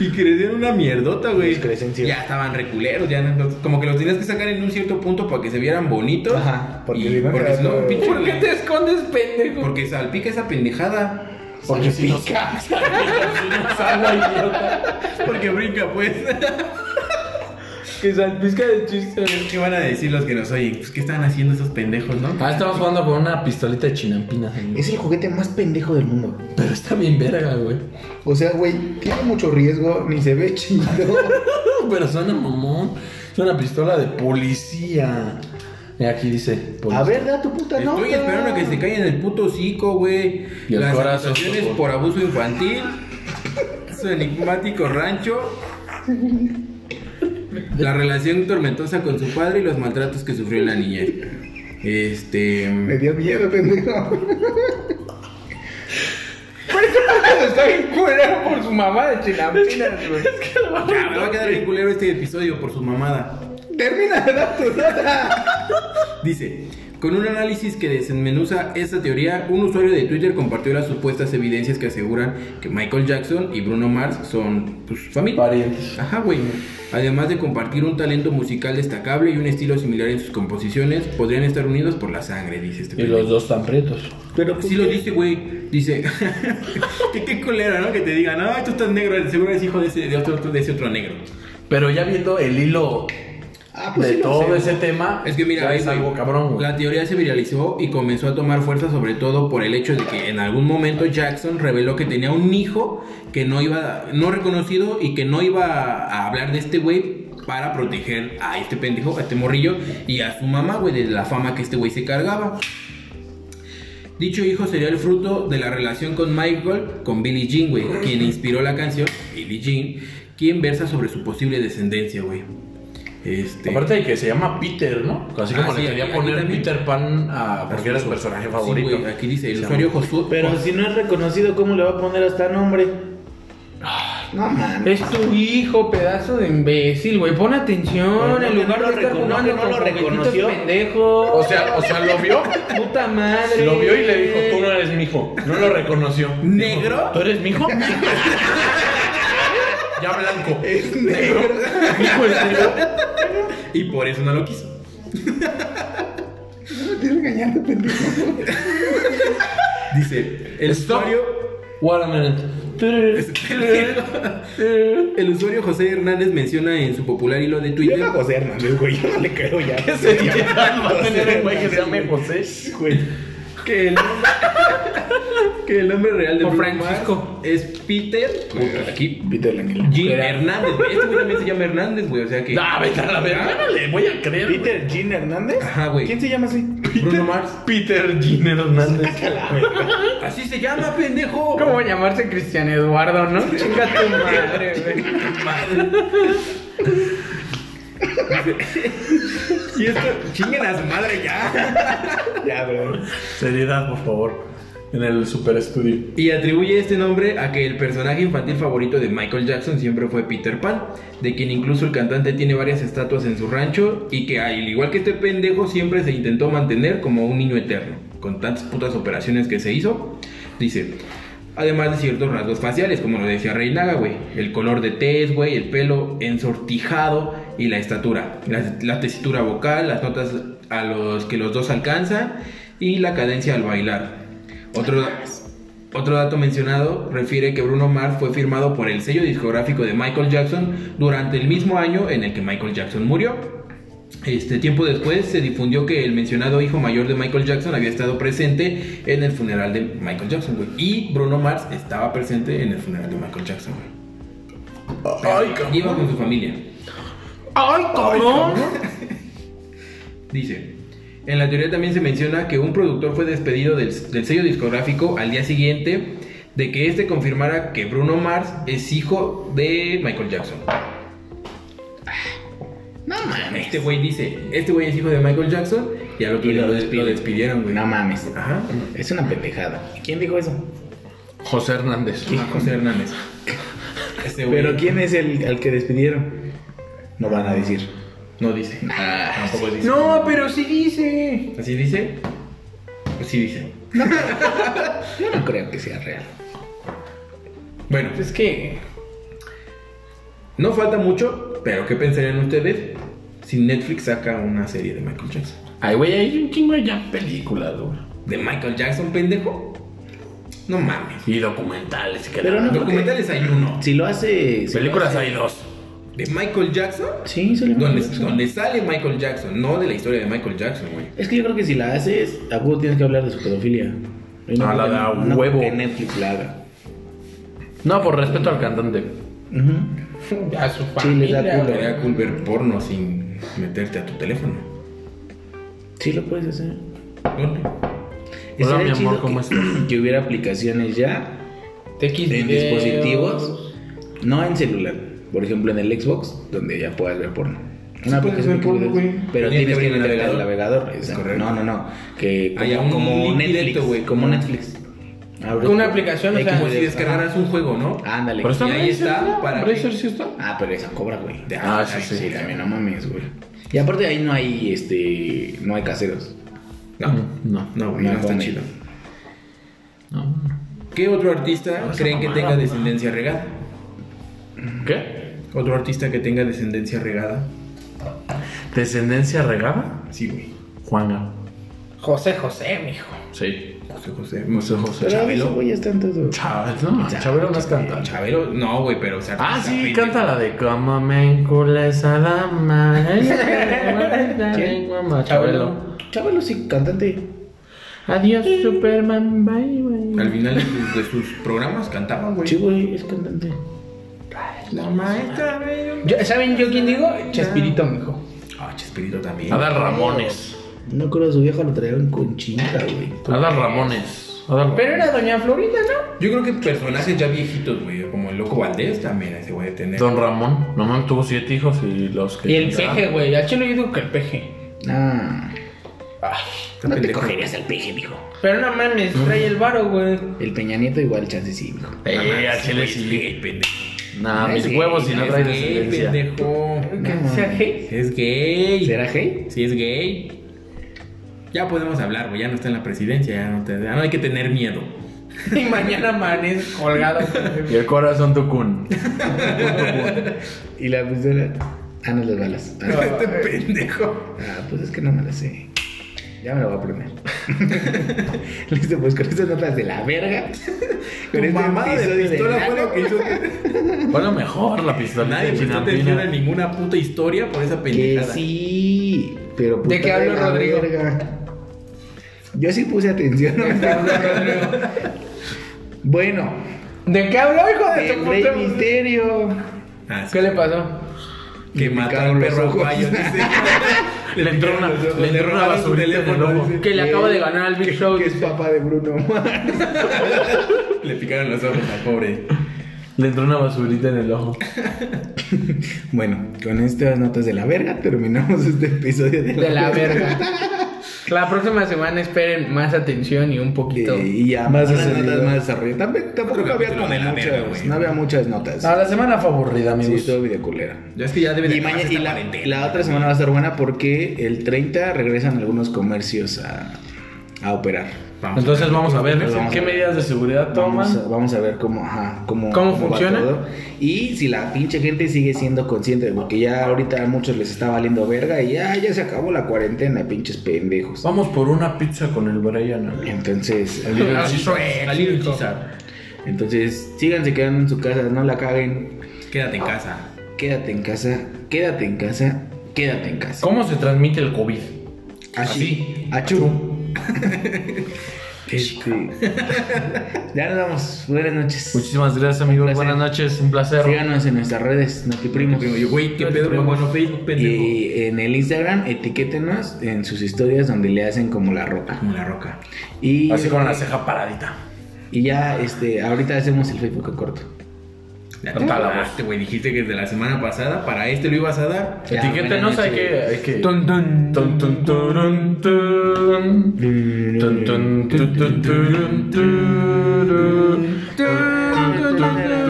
Speaker 5: Y crecieron una mierdota, güey.
Speaker 4: Los crecencios.
Speaker 5: Ya estaban reculeros, ya no- como que los tenías que sacar en un cierto punto para que se vieran bonitos.
Speaker 4: Ajá, porque
Speaker 5: Y-
Speaker 4: le iban
Speaker 5: porque si no,
Speaker 4: quedando-
Speaker 5: pinche
Speaker 1: ¿Por qué te escondes, pendejo?
Speaker 5: Porque salpica esa pendejada.
Speaker 4: Porque pica.
Speaker 5: Porque brinca, pues.
Speaker 1: Que salpica de chiste.
Speaker 5: ¿Qué van a decir los que nos oyen? Pues, ¿qué están haciendo esos pendejos, no?
Speaker 3: Ah, estamos jugando con una pistolita de chinampinas.
Speaker 4: Es el juguete más pendejo del mundo.
Speaker 3: Pero está bien verga, güey.
Speaker 4: O sea, güey, tiene mucho riesgo, ni se ve chido.
Speaker 3: Pero suena mamón. Es una pistola de policía. Y aquí dice. policía.
Speaker 4: A ver, da tu puta no.
Speaker 5: Estoy esperando que se callen el puto hocico, güey.
Speaker 3: Y el
Speaker 5: Las
Speaker 3: corazón,
Speaker 5: acusaciones
Speaker 3: por favor.
Speaker 5: por abuso infantil. Su enigmático rancho. La relación tormentosa con su padre y los maltratos que sufrió en la niñez.
Speaker 4: Me
Speaker 5: Este.
Speaker 4: dio miedo, pendejo. Pero está bien culero por su mamá de chinampinas, güey.
Speaker 5: Ya, me va a quedar bien culero este episodio por su mamada.
Speaker 4: Termina de dar tu data.
Speaker 5: Dice, con un análisis que desenmenuza esta teoría, un usuario de Twitter compartió las supuestas evidencias que aseguran que Michael Jackson y Bruno Mars son pues, familia.
Speaker 3: Parientes.
Speaker 5: Ajá, güey. Además de compartir un talento musical destacable y un estilo similar en sus composiciones, podrían estar unidos por la sangre, dice este
Speaker 3: Y los
Speaker 5: pendejo.
Speaker 3: dos tan pretos.
Speaker 4: Pero
Speaker 5: Sí lo dice, güey. Dice, que qué culero, ¿no? Que te digan, no, tú estás negro, seguro eres hijo de ese, de otro, de ese otro negro.
Speaker 3: Pero ya viendo el hilo
Speaker 4: Ah, pues
Speaker 3: de
Speaker 4: sí lo
Speaker 3: todo
Speaker 4: sé.
Speaker 3: ese tema.
Speaker 5: Ah, Es que mira,
Speaker 3: ya
Speaker 5: ahí,
Speaker 3: es
Speaker 5: güey,
Speaker 3: algo cabrón, güey.
Speaker 5: La teoría se viralizó y comenzó a tomar fuerza sobre todo por el hecho de que en algún momento Jackson reveló que tenía un hijo que no iba no reconocido y que no iba a hablar de este güey para proteger a este pendejo, a este morrillo y a su mamá, güey, de la fama que este güey se cargaba. Dicho hijo sería el fruto de la relación con Michael, con Billie Jean, güey, quien inspiró la canción, Billie Jean, quien versa sobre su posible descendencia, güey. Este...
Speaker 3: Aparte de que se llama Peter, ¿no? Así
Speaker 5: Ah,
Speaker 3: como
Speaker 5: sí,
Speaker 3: le quería
Speaker 5: aquí
Speaker 3: poner
Speaker 5: también.
Speaker 3: Peter Pan a porque era su personaje
Speaker 5: Sí,
Speaker 3: favorito.
Speaker 5: güey, aquí dice el
Speaker 3: Se
Speaker 5: usuario
Speaker 3: llama-
Speaker 5: Josué.
Speaker 2: Pero si no es reconocido, ¿cómo le va a poner hasta nombre?
Speaker 4: No mames.
Speaker 1: Es tu hijo, pedazo de imbécil, güey. Pon atención.
Speaker 2: Pero no,
Speaker 1: en lugar
Speaker 2: no
Speaker 1: de
Speaker 2: lo
Speaker 1: estar
Speaker 2: recono-
Speaker 1: jugando
Speaker 2: no lo
Speaker 1: con juguetitos
Speaker 2: reconoció.
Speaker 1: pendejo.
Speaker 3: O sea, o sea, lo vio,
Speaker 1: puta madre.
Speaker 3: lo vio y le dijo, tú no eres mi hijo. No lo reconoció.
Speaker 5: ¿Negro?
Speaker 3: ¿Tú eres mi hijo? ya blanco.
Speaker 4: Es negro.
Speaker 3: Hijo es negro.
Speaker 5: Y por eso no lo quiso.
Speaker 4: No te engañaste, pendejo.
Speaker 5: Dice, el
Speaker 3: Stop.
Speaker 5: usuario.
Speaker 3: What a minute.
Speaker 5: el usuario José Hernández menciona en su popular hilo de
Speaker 4: Yo
Speaker 5: Twitter.
Speaker 4: no a José Hernández, güey. Yo no le creo ya. ¿Qué
Speaker 3: Se va a tener un güey que se llame José.
Speaker 4: Güey.
Speaker 5: que el nombre, que el nombre real de
Speaker 1: O
Speaker 5: Bruno Mars
Speaker 1: Francisco.
Speaker 5: es Peter. Puta, Aquí.
Speaker 4: Peter Languila.
Speaker 5: Jim
Speaker 1: Era.
Speaker 5: Hernández, güey. Este güey también se llama Hernández, güey. O sea que.
Speaker 3: Ah, vete a la verga. no le voy a creer. güey.
Speaker 4: ¿Peter Jean Hernández?
Speaker 5: Ajá, güey.
Speaker 4: ¿Quién se llama así?
Speaker 3: Bruno Mars. Peter Gene Hernández.
Speaker 5: Así se llama, pendejo.
Speaker 1: ¿Cómo va a llamarse Cristian Eduardo, no? Chinga tu madre, güey.
Speaker 5: Y esto, chinguen a su madre ya.
Speaker 4: Ya, bro.
Speaker 3: Seriedad, por favor. En el super estudio.
Speaker 5: Y atribuye este nombre a que el personaje infantil favorito de Michael Jackson siempre fue Peter Pan, de quien incluso el cantante tiene varias estatuas en su rancho y que al igual que este pendejo siempre se intentó mantener como un niño eterno, con tantas putas operaciones que se hizo, dice. Además de ciertos rasgos faciales, como lo decía Reinaga, güey. El color de tez, güey, el pelo ensortijado y la estatura. La, la tesitura vocal, las notas a los que los dos alcanzan y la cadencia al bailar. Otro, otro dato mencionado refiere que Bruno Mars fue firmado por el sello discográfico de Michael Jackson durante el mismo año en el que Michael Jackson murió. Este tiempo después se difundió que el mencionado hijo mayor de Michael Jackson había estado presente en el funeral de Michael Jackson, güey. Y Bruno Mars estaba presente en el funeral de Michael Jackson, güey.
Speaker 3: Ay,
Speaker 5: Iba con su familia.
Speaker 1: ¡Ay, cómo!
Speaker 5: Dice, en la teoría también se menciona que un productor fue despedido del, del sello discográfico al día siguiente de que este confirmara que Bruno Mars es hijo de Michael Jackson.
Speaker 4: No mames.
Speaker 5: Este güey dice, este güey es hijo de Michael Jackson y al otro
Speaker 4: Y
Speaker 5: día
Speaker 4: lo
Speaker 5: lo,
Speaker 4: despiden.
Speaker 5: lo despidieron, güey.
Speaker 4: No mames.
Speaker 5: Ajá.
Speaker 4: Es una pendejada. ¿Quién dijo eso?
Speaker 3: José Hernández.
Speaker 5: Ah, José Hernández. Este güey
Speaker 4: Pero ¿quién es el al que despidieron? No van a decir.
Speaker 5: no dice.
Speaker 4: Ah.
Speaker 5: Tampoco dice.
Speaker 1: No, pero sí dice.
Speaker 5: ¿Así dice? Así dice.
Speaker 4: Yo no creo que sea real.
Speaker 5: Bueno,
Speaker 1: Es que.
Speaker 5: no falta mucho, pero ¿qué pensarían ustedes si Netflix saca una serie de Michael Jackson?
Speaker 3: Ay, güey, hay un chingo de ya películas, güey.
Speaker 5: ¿De Michael Jackson, pendejo? No mames.
Speaker 3: Y documentales. y que
Speaker 4: Pero
Speaker 3: la-
Speaker 4: no-
Speaker 5: Documentales hay uno.
Speaker 4: Si lo hace. si
Speaker 3: Películas
Speaker 4: lo hace-
Speaker 3: hay dos.
Speaker 5: ¿De Michael Jackson?
Speaker 4: Sí, se lo
Speaker 5: Donde, donde sale Michael Jackson, no de la historia de Michael Jackson, güey.
Speaker 4: Es que yo creo que si la haces, a huevo tienes que hablar de su pedofilia. Y
Speaker 3: Ah, la
Speaker 4: creo
Speaker 3: da
Speaker 4: que- no creo
Speaker 3: huevo.
Speaker 4: que Netflix la haga.
Speaker 3: No, por respeto al cantante.
Speaker 4: Ujú.
Speaker 1: A su
Speaker 4: Sí, les da
Speaker 1: familia,
Speaker 4: culo.
Speaker 1: güey.
Speaker 5: Sería cool ver porno sin meterte a tu teléfono.
Speaker 4: Sí, lo puedes hacer.
Speaker 5: ¿Dónde?
Speaker 3: Hola,
Speaker 4: Estaría
Speaker 3: mi amor,
Speaker 4: chido
Speaker 3: ¿cómo
Speaker 4: que-
Speaker 3: estás?
Speaker 4: Que hubiera aplicaciones ya
Speaker 1: TX
Speaker 4: en
Speaker 1: videos.
Speaker 4: dispositivos, no en celular. Por ejemplo, en el Xbox, donde ya puedas ver porno. Una
Speaker 2: puedes ver
Speaker 4: aplicación que
Speaker 2: porno,
Speaker 4: puedes-
Speaker 2: güey.
Speaker 4: Pero
Speaker 5: Tenía que
Speaker 4: tienes que
Speaker 5: abrir el
Speaker 4: meter el navegador.
Speaker 5: Es
Speaker 4: exacto.
Speaker 5: correcto.
Speaker 4: no, no, no. Que
Speaker 5: Haya
Speaker 4: como,
Speaker 5: un
Speaker 4: como
Speaker 5: link
Speaker 4: Netflix,
Speaker 5: directo, güey.
Speaker 4: Como Netflix. Abre-
Speaker 1: Una aplicación, o
Speaker 4: Hay
Speaker 1: sea, Ah.
Speaker 5: Como
Speaker 4: como
Speaker 5: si
Speaker 4: de-
Speaker 5: descargaras un juego, ¿no?
Speaker 4: Ajá. Ándale.
Speaker 3: Pero está
Speaker 5: Y ahí
Speaker 3: Bracer,
Speaker 5: está,
Speaker 3: ¿no?
Speaker 5: para
Speaker 3: Bracer
Speaker 5: que-
Speaker 3: sí está.
Speaker 4: Ah, pero esa cobra, güey.
Speaker 3: Ah, sí, sí.
Speaker 4: Sí, también no mames, güey. Y aparte ahí no hay, este, no hay caseros.
Speaker 5: No,
Speaker 3: No.
Speaker 5: no, güey, no,
Speaker 4: No,
Speaker 5: está
Speaker 4: no.
Speaker 5: chido.
Speaker 3: no.
Speaker 5: ¿Qué otro artista
Speaker 3: esa
Speaker 5: creen que
Speaker 3: mamada,
Speaker 5: tenga
Speaker 3: mamá.
Speaker 5: descendencia regada?
Speaker 3: ¿Qué?
Speaker 5: ¿Otro artista que tenga descendencia regada?
Speaker 3: ¿Descendencia regada?
Speaker 5: Sí, güey.
Speaker 3: Juanga.
Speaker 1: José José, mijo.
Speaker 3: Sí.
Speaker 5: José José.
Speaker 3: José José.
Speaker 4: Pero eso, güey, están todos.
Speaker 3: Chávez, no. Chabelo no es cantante.
Speaker 5: Chabelo, no, güey, pero o sea.
Speaker 3: Ah, sí,
Speaker 5: artista,
Speaker 3: canta la de Cómo me encula esa dama.
Speaker 4: ¿Quién?
Speaker 3: Chabelo.
Speaker 4: Chabelo sí, cantante.
Speaker 3: Adiós, Superman. Bye, bye.
Speaker 5: Al final de sus, de sus programas cantaban, güey.
Speaker 4: Sí, güey, es cantante.
Speaker 5: La maestra, güey.
Speaker 1: Yo- ¿Saben yo quién digo? Chespirito, mijo.
Speaker 5: Ah, Chespirito también.
Speaker 3: Adal Ramones.
Speaker 4: No creo que su vieja lo trajeron con chinta, güey.
Speaker 3: Adal Ramones. Adal Ramones.
Speaker 1: Pero era Doña Florinda, ¿no?
Speaker 5: Yo creo que personajes ya viejitos, güey, como el loco Valdés también, ese güey de tener.
Speaker 3: Don Ramón. No mames, tuvo siete hijos y los que.
Speaker 1: Y el peje, güey. Al chile yo digo que el peje.
Speaker 4: Ah,
Speaker 5: Está
Speaker 4: no te
Speaker 5: pendejo.
Speaker 4: cogerías al peje, mijo.
Speaker 1: Pero no mames, trae el varo, güey.
Speaker 4: El Peña Nieto igual, chance sí, mijo.
Speaker 3: Eh, al chile
Speaker 5: Es gay,
Speaker 3: sí.
Speaker 5: pendejo.
Speaker 3: Nah,
Speaker 4: Es
Speaker 3: mis
Speaker 4: gay,
Speaker 3: huevos si no
Speaker 5: Es
Speaker 3: trae
Speaker 5: gay,
Speaker 3: descendencia.
Speaker 5: pendejo.
Speaker 1: Que sea gay.
Speaker 5: Es gay.
Speaker 4: ¿Será gay?
Speaker 5: Si es gay. Ya podemos hablar, güey. Ya no está en la presidencia. Ya no, te- ya no hay que tener miedo.
Speaker 1: Y mañana amanece colgado.
Speaker 3: Y el corazón tucún.
Speaker 4: ¿Y la pistola? Ah, no, las balas. Ah,
Speaker 5: este pendejo.
Speaker 4: Ah, pues es que no me las sé. Ya me la voy a aprender. Listo, pues con estas notas de la verga. Con este
Speaker 5: mamada de la
Speaker 4: episodio
Speaker 5: pistola
Speaker 4: nada.
Speaker 5: fue lo que hizo
Speaker 3: Fue lo mejor la pistola.
Speaker 5: Nadie prestó atención a ninguna puta historia por esa
Speaker 4: Que
Speaker 5: pendejada.
Speaker 4: sí, pero puta
Speaker 1: ¿De qué habló
Speaker 4: la
Speaker 1: Rodrigo?
Speaker 4: verga. Yo sí puse atención. ¿no? bueno,
Speaker 1: ¿De qué habló, hijo de
Speaker 4: el
Speaker 1: tu
Speaker 4: Rey
Speaker 1: puta? madre?
Speaker 4: Misterio.
Speaker 5: Ah, sí.
Speaker 1: ¿Qué le pasó?
Speaker 5: Que
Speaker 4: Me
Speaker 5: mató
Speaker 4: picaron
Speaker 5: al
Speaker 4: los
Speaker 5: perro
Speaker 4: ojos.
Speaker 5: aguayo, dice.
Speaker 3: Le entró una,
Speaker 5: picaron los ojos,
Speaker 3: le entró una
Speaker 5: robaron su
Speaker 3: basurita en el
Speaker 5: teléfono,
Speaker 3: ojo.
Speaker 5: dice.
Speaker 1: Que le acabo de ganar al Big
Speaker 4: que,
Speaker 1: Show.
Speaker 4: que es papá de Bruno Mars.
Speaker 5: Le picaron los ojos al pobre.
Speaker 3: Le entró una basurita en el ojo.
Speaker 4: Bueno, con estas notas de la verga terminamos este episodio de la,
Speaker 1: De la verga. La próxima semana esperen más atención y un poquito.
Speaker 4: Eh, y ya más
Speaker 3: Más
Speaker 4: notas
Speaker 3: desarrollo.
Speaker 4: más desarrollo. También- Tampoco
Speaker 5: Otro
Speaker 4: había
Speaker 5: capítulo
Speaker 4: como
Speaker 5: de la verga,
Speaker 4: muchas,
Speaker 5: güey.
Speaker 4: no había muchas notas.
Speaker 3: la semana fue aburrida,
Speaker 4: Sí, estuvo video culera.
Speaker 5: Ya es que ya debe de
Speaker 4: Y,
Speaker 5: acabarse
Speaker 4: mañana, y
Speaker 5: esta
Speaker 4: la,
Speaker 5: cuarentena.
Speaker 4: la otra semana va a estar buena porque el 30 regresan algunos comercios a, a operar.
Speaker 5: Vamos
Speaker 3: Entonces vamos a ver
Speaker 4: Vamos a
Speaker 3: qué
Speaker 4: ver.
Speaker 3: medidas de seguridad
Speaker 4: Vamos a,
Speaker 3: toman.
Speaker 4: vamos a ver cómo, ajá, cómo,
Speaker 1: ¿Cómo
Speaker 4: va
Speaker 1: funciona?
Speaker 4: todo. Y si la pinche gente sigue siendo consciente, porque ya ahorita a muchos les está valiendo verga y ya, ya se acabó la cuarentena, pinches pendejos.
Speaker 3: Vamos por una pizza con el Brian. amigo.
Speaker 4: Entonces,
Speaker 1: Ah,
Speaker 5: Al
Speaker 1: sí,
Speaker 5: Little
Speaker 1: hijo.
Speaker 5: Caesar.
Speaker 4: entonces, síganse quedando en su casa, no la caguen,
Speaker 5: Quédate en casa.
Speaker 4: quédate en casa, quédate en casa, quédate en casa.
Speaker 3: ¿Cómo se transmite el COVID?
Speaker 4: Así. Achú. Este, ya nos vamos. Buenas noches.
Speaker 3: Muchísimas gracias, amigos.
Speaker 4: Un placer.
Speaker 3: Buenas noches, un placer.
Speaker 4: Síganos en nuestras redes,
Speaker 5: Primo,
Speaker 4: Notiprimos.
Speaker 5: yo, güey, qué pedo, pero bueno, Facebook, pendejo.
Speaker 4: Y en el Instagram, etiquétenos en sus historias donde le hacen como la roca.
Speaker 5: Como la roca.
Speaker 4: Y,
Speaker 3: Así con la ceja paradita.
Speaker 4: y ya, este, ahorita hacemos el Facebook corto.
Speaker 5: Ya
Speaker 3: No
Speaker 5: te
Speaker 3: te la
Speaker 5: cagaste, güey. Dijiste que desde la semana pasada para este lo ibas a dar.
Speaker 4: Ya,
Speaker 3: Etiquétenos,
Speaker 4: buenas
Speaker 3: hay
Speaker 4: noches.
Speaker 3: que. Hay que...
Speaker 1: Tun, tun.
Speaker 3: Tun, tun, turun, tun. Tun, tun, tun, tun, turun, turun. Tun, tun, tun,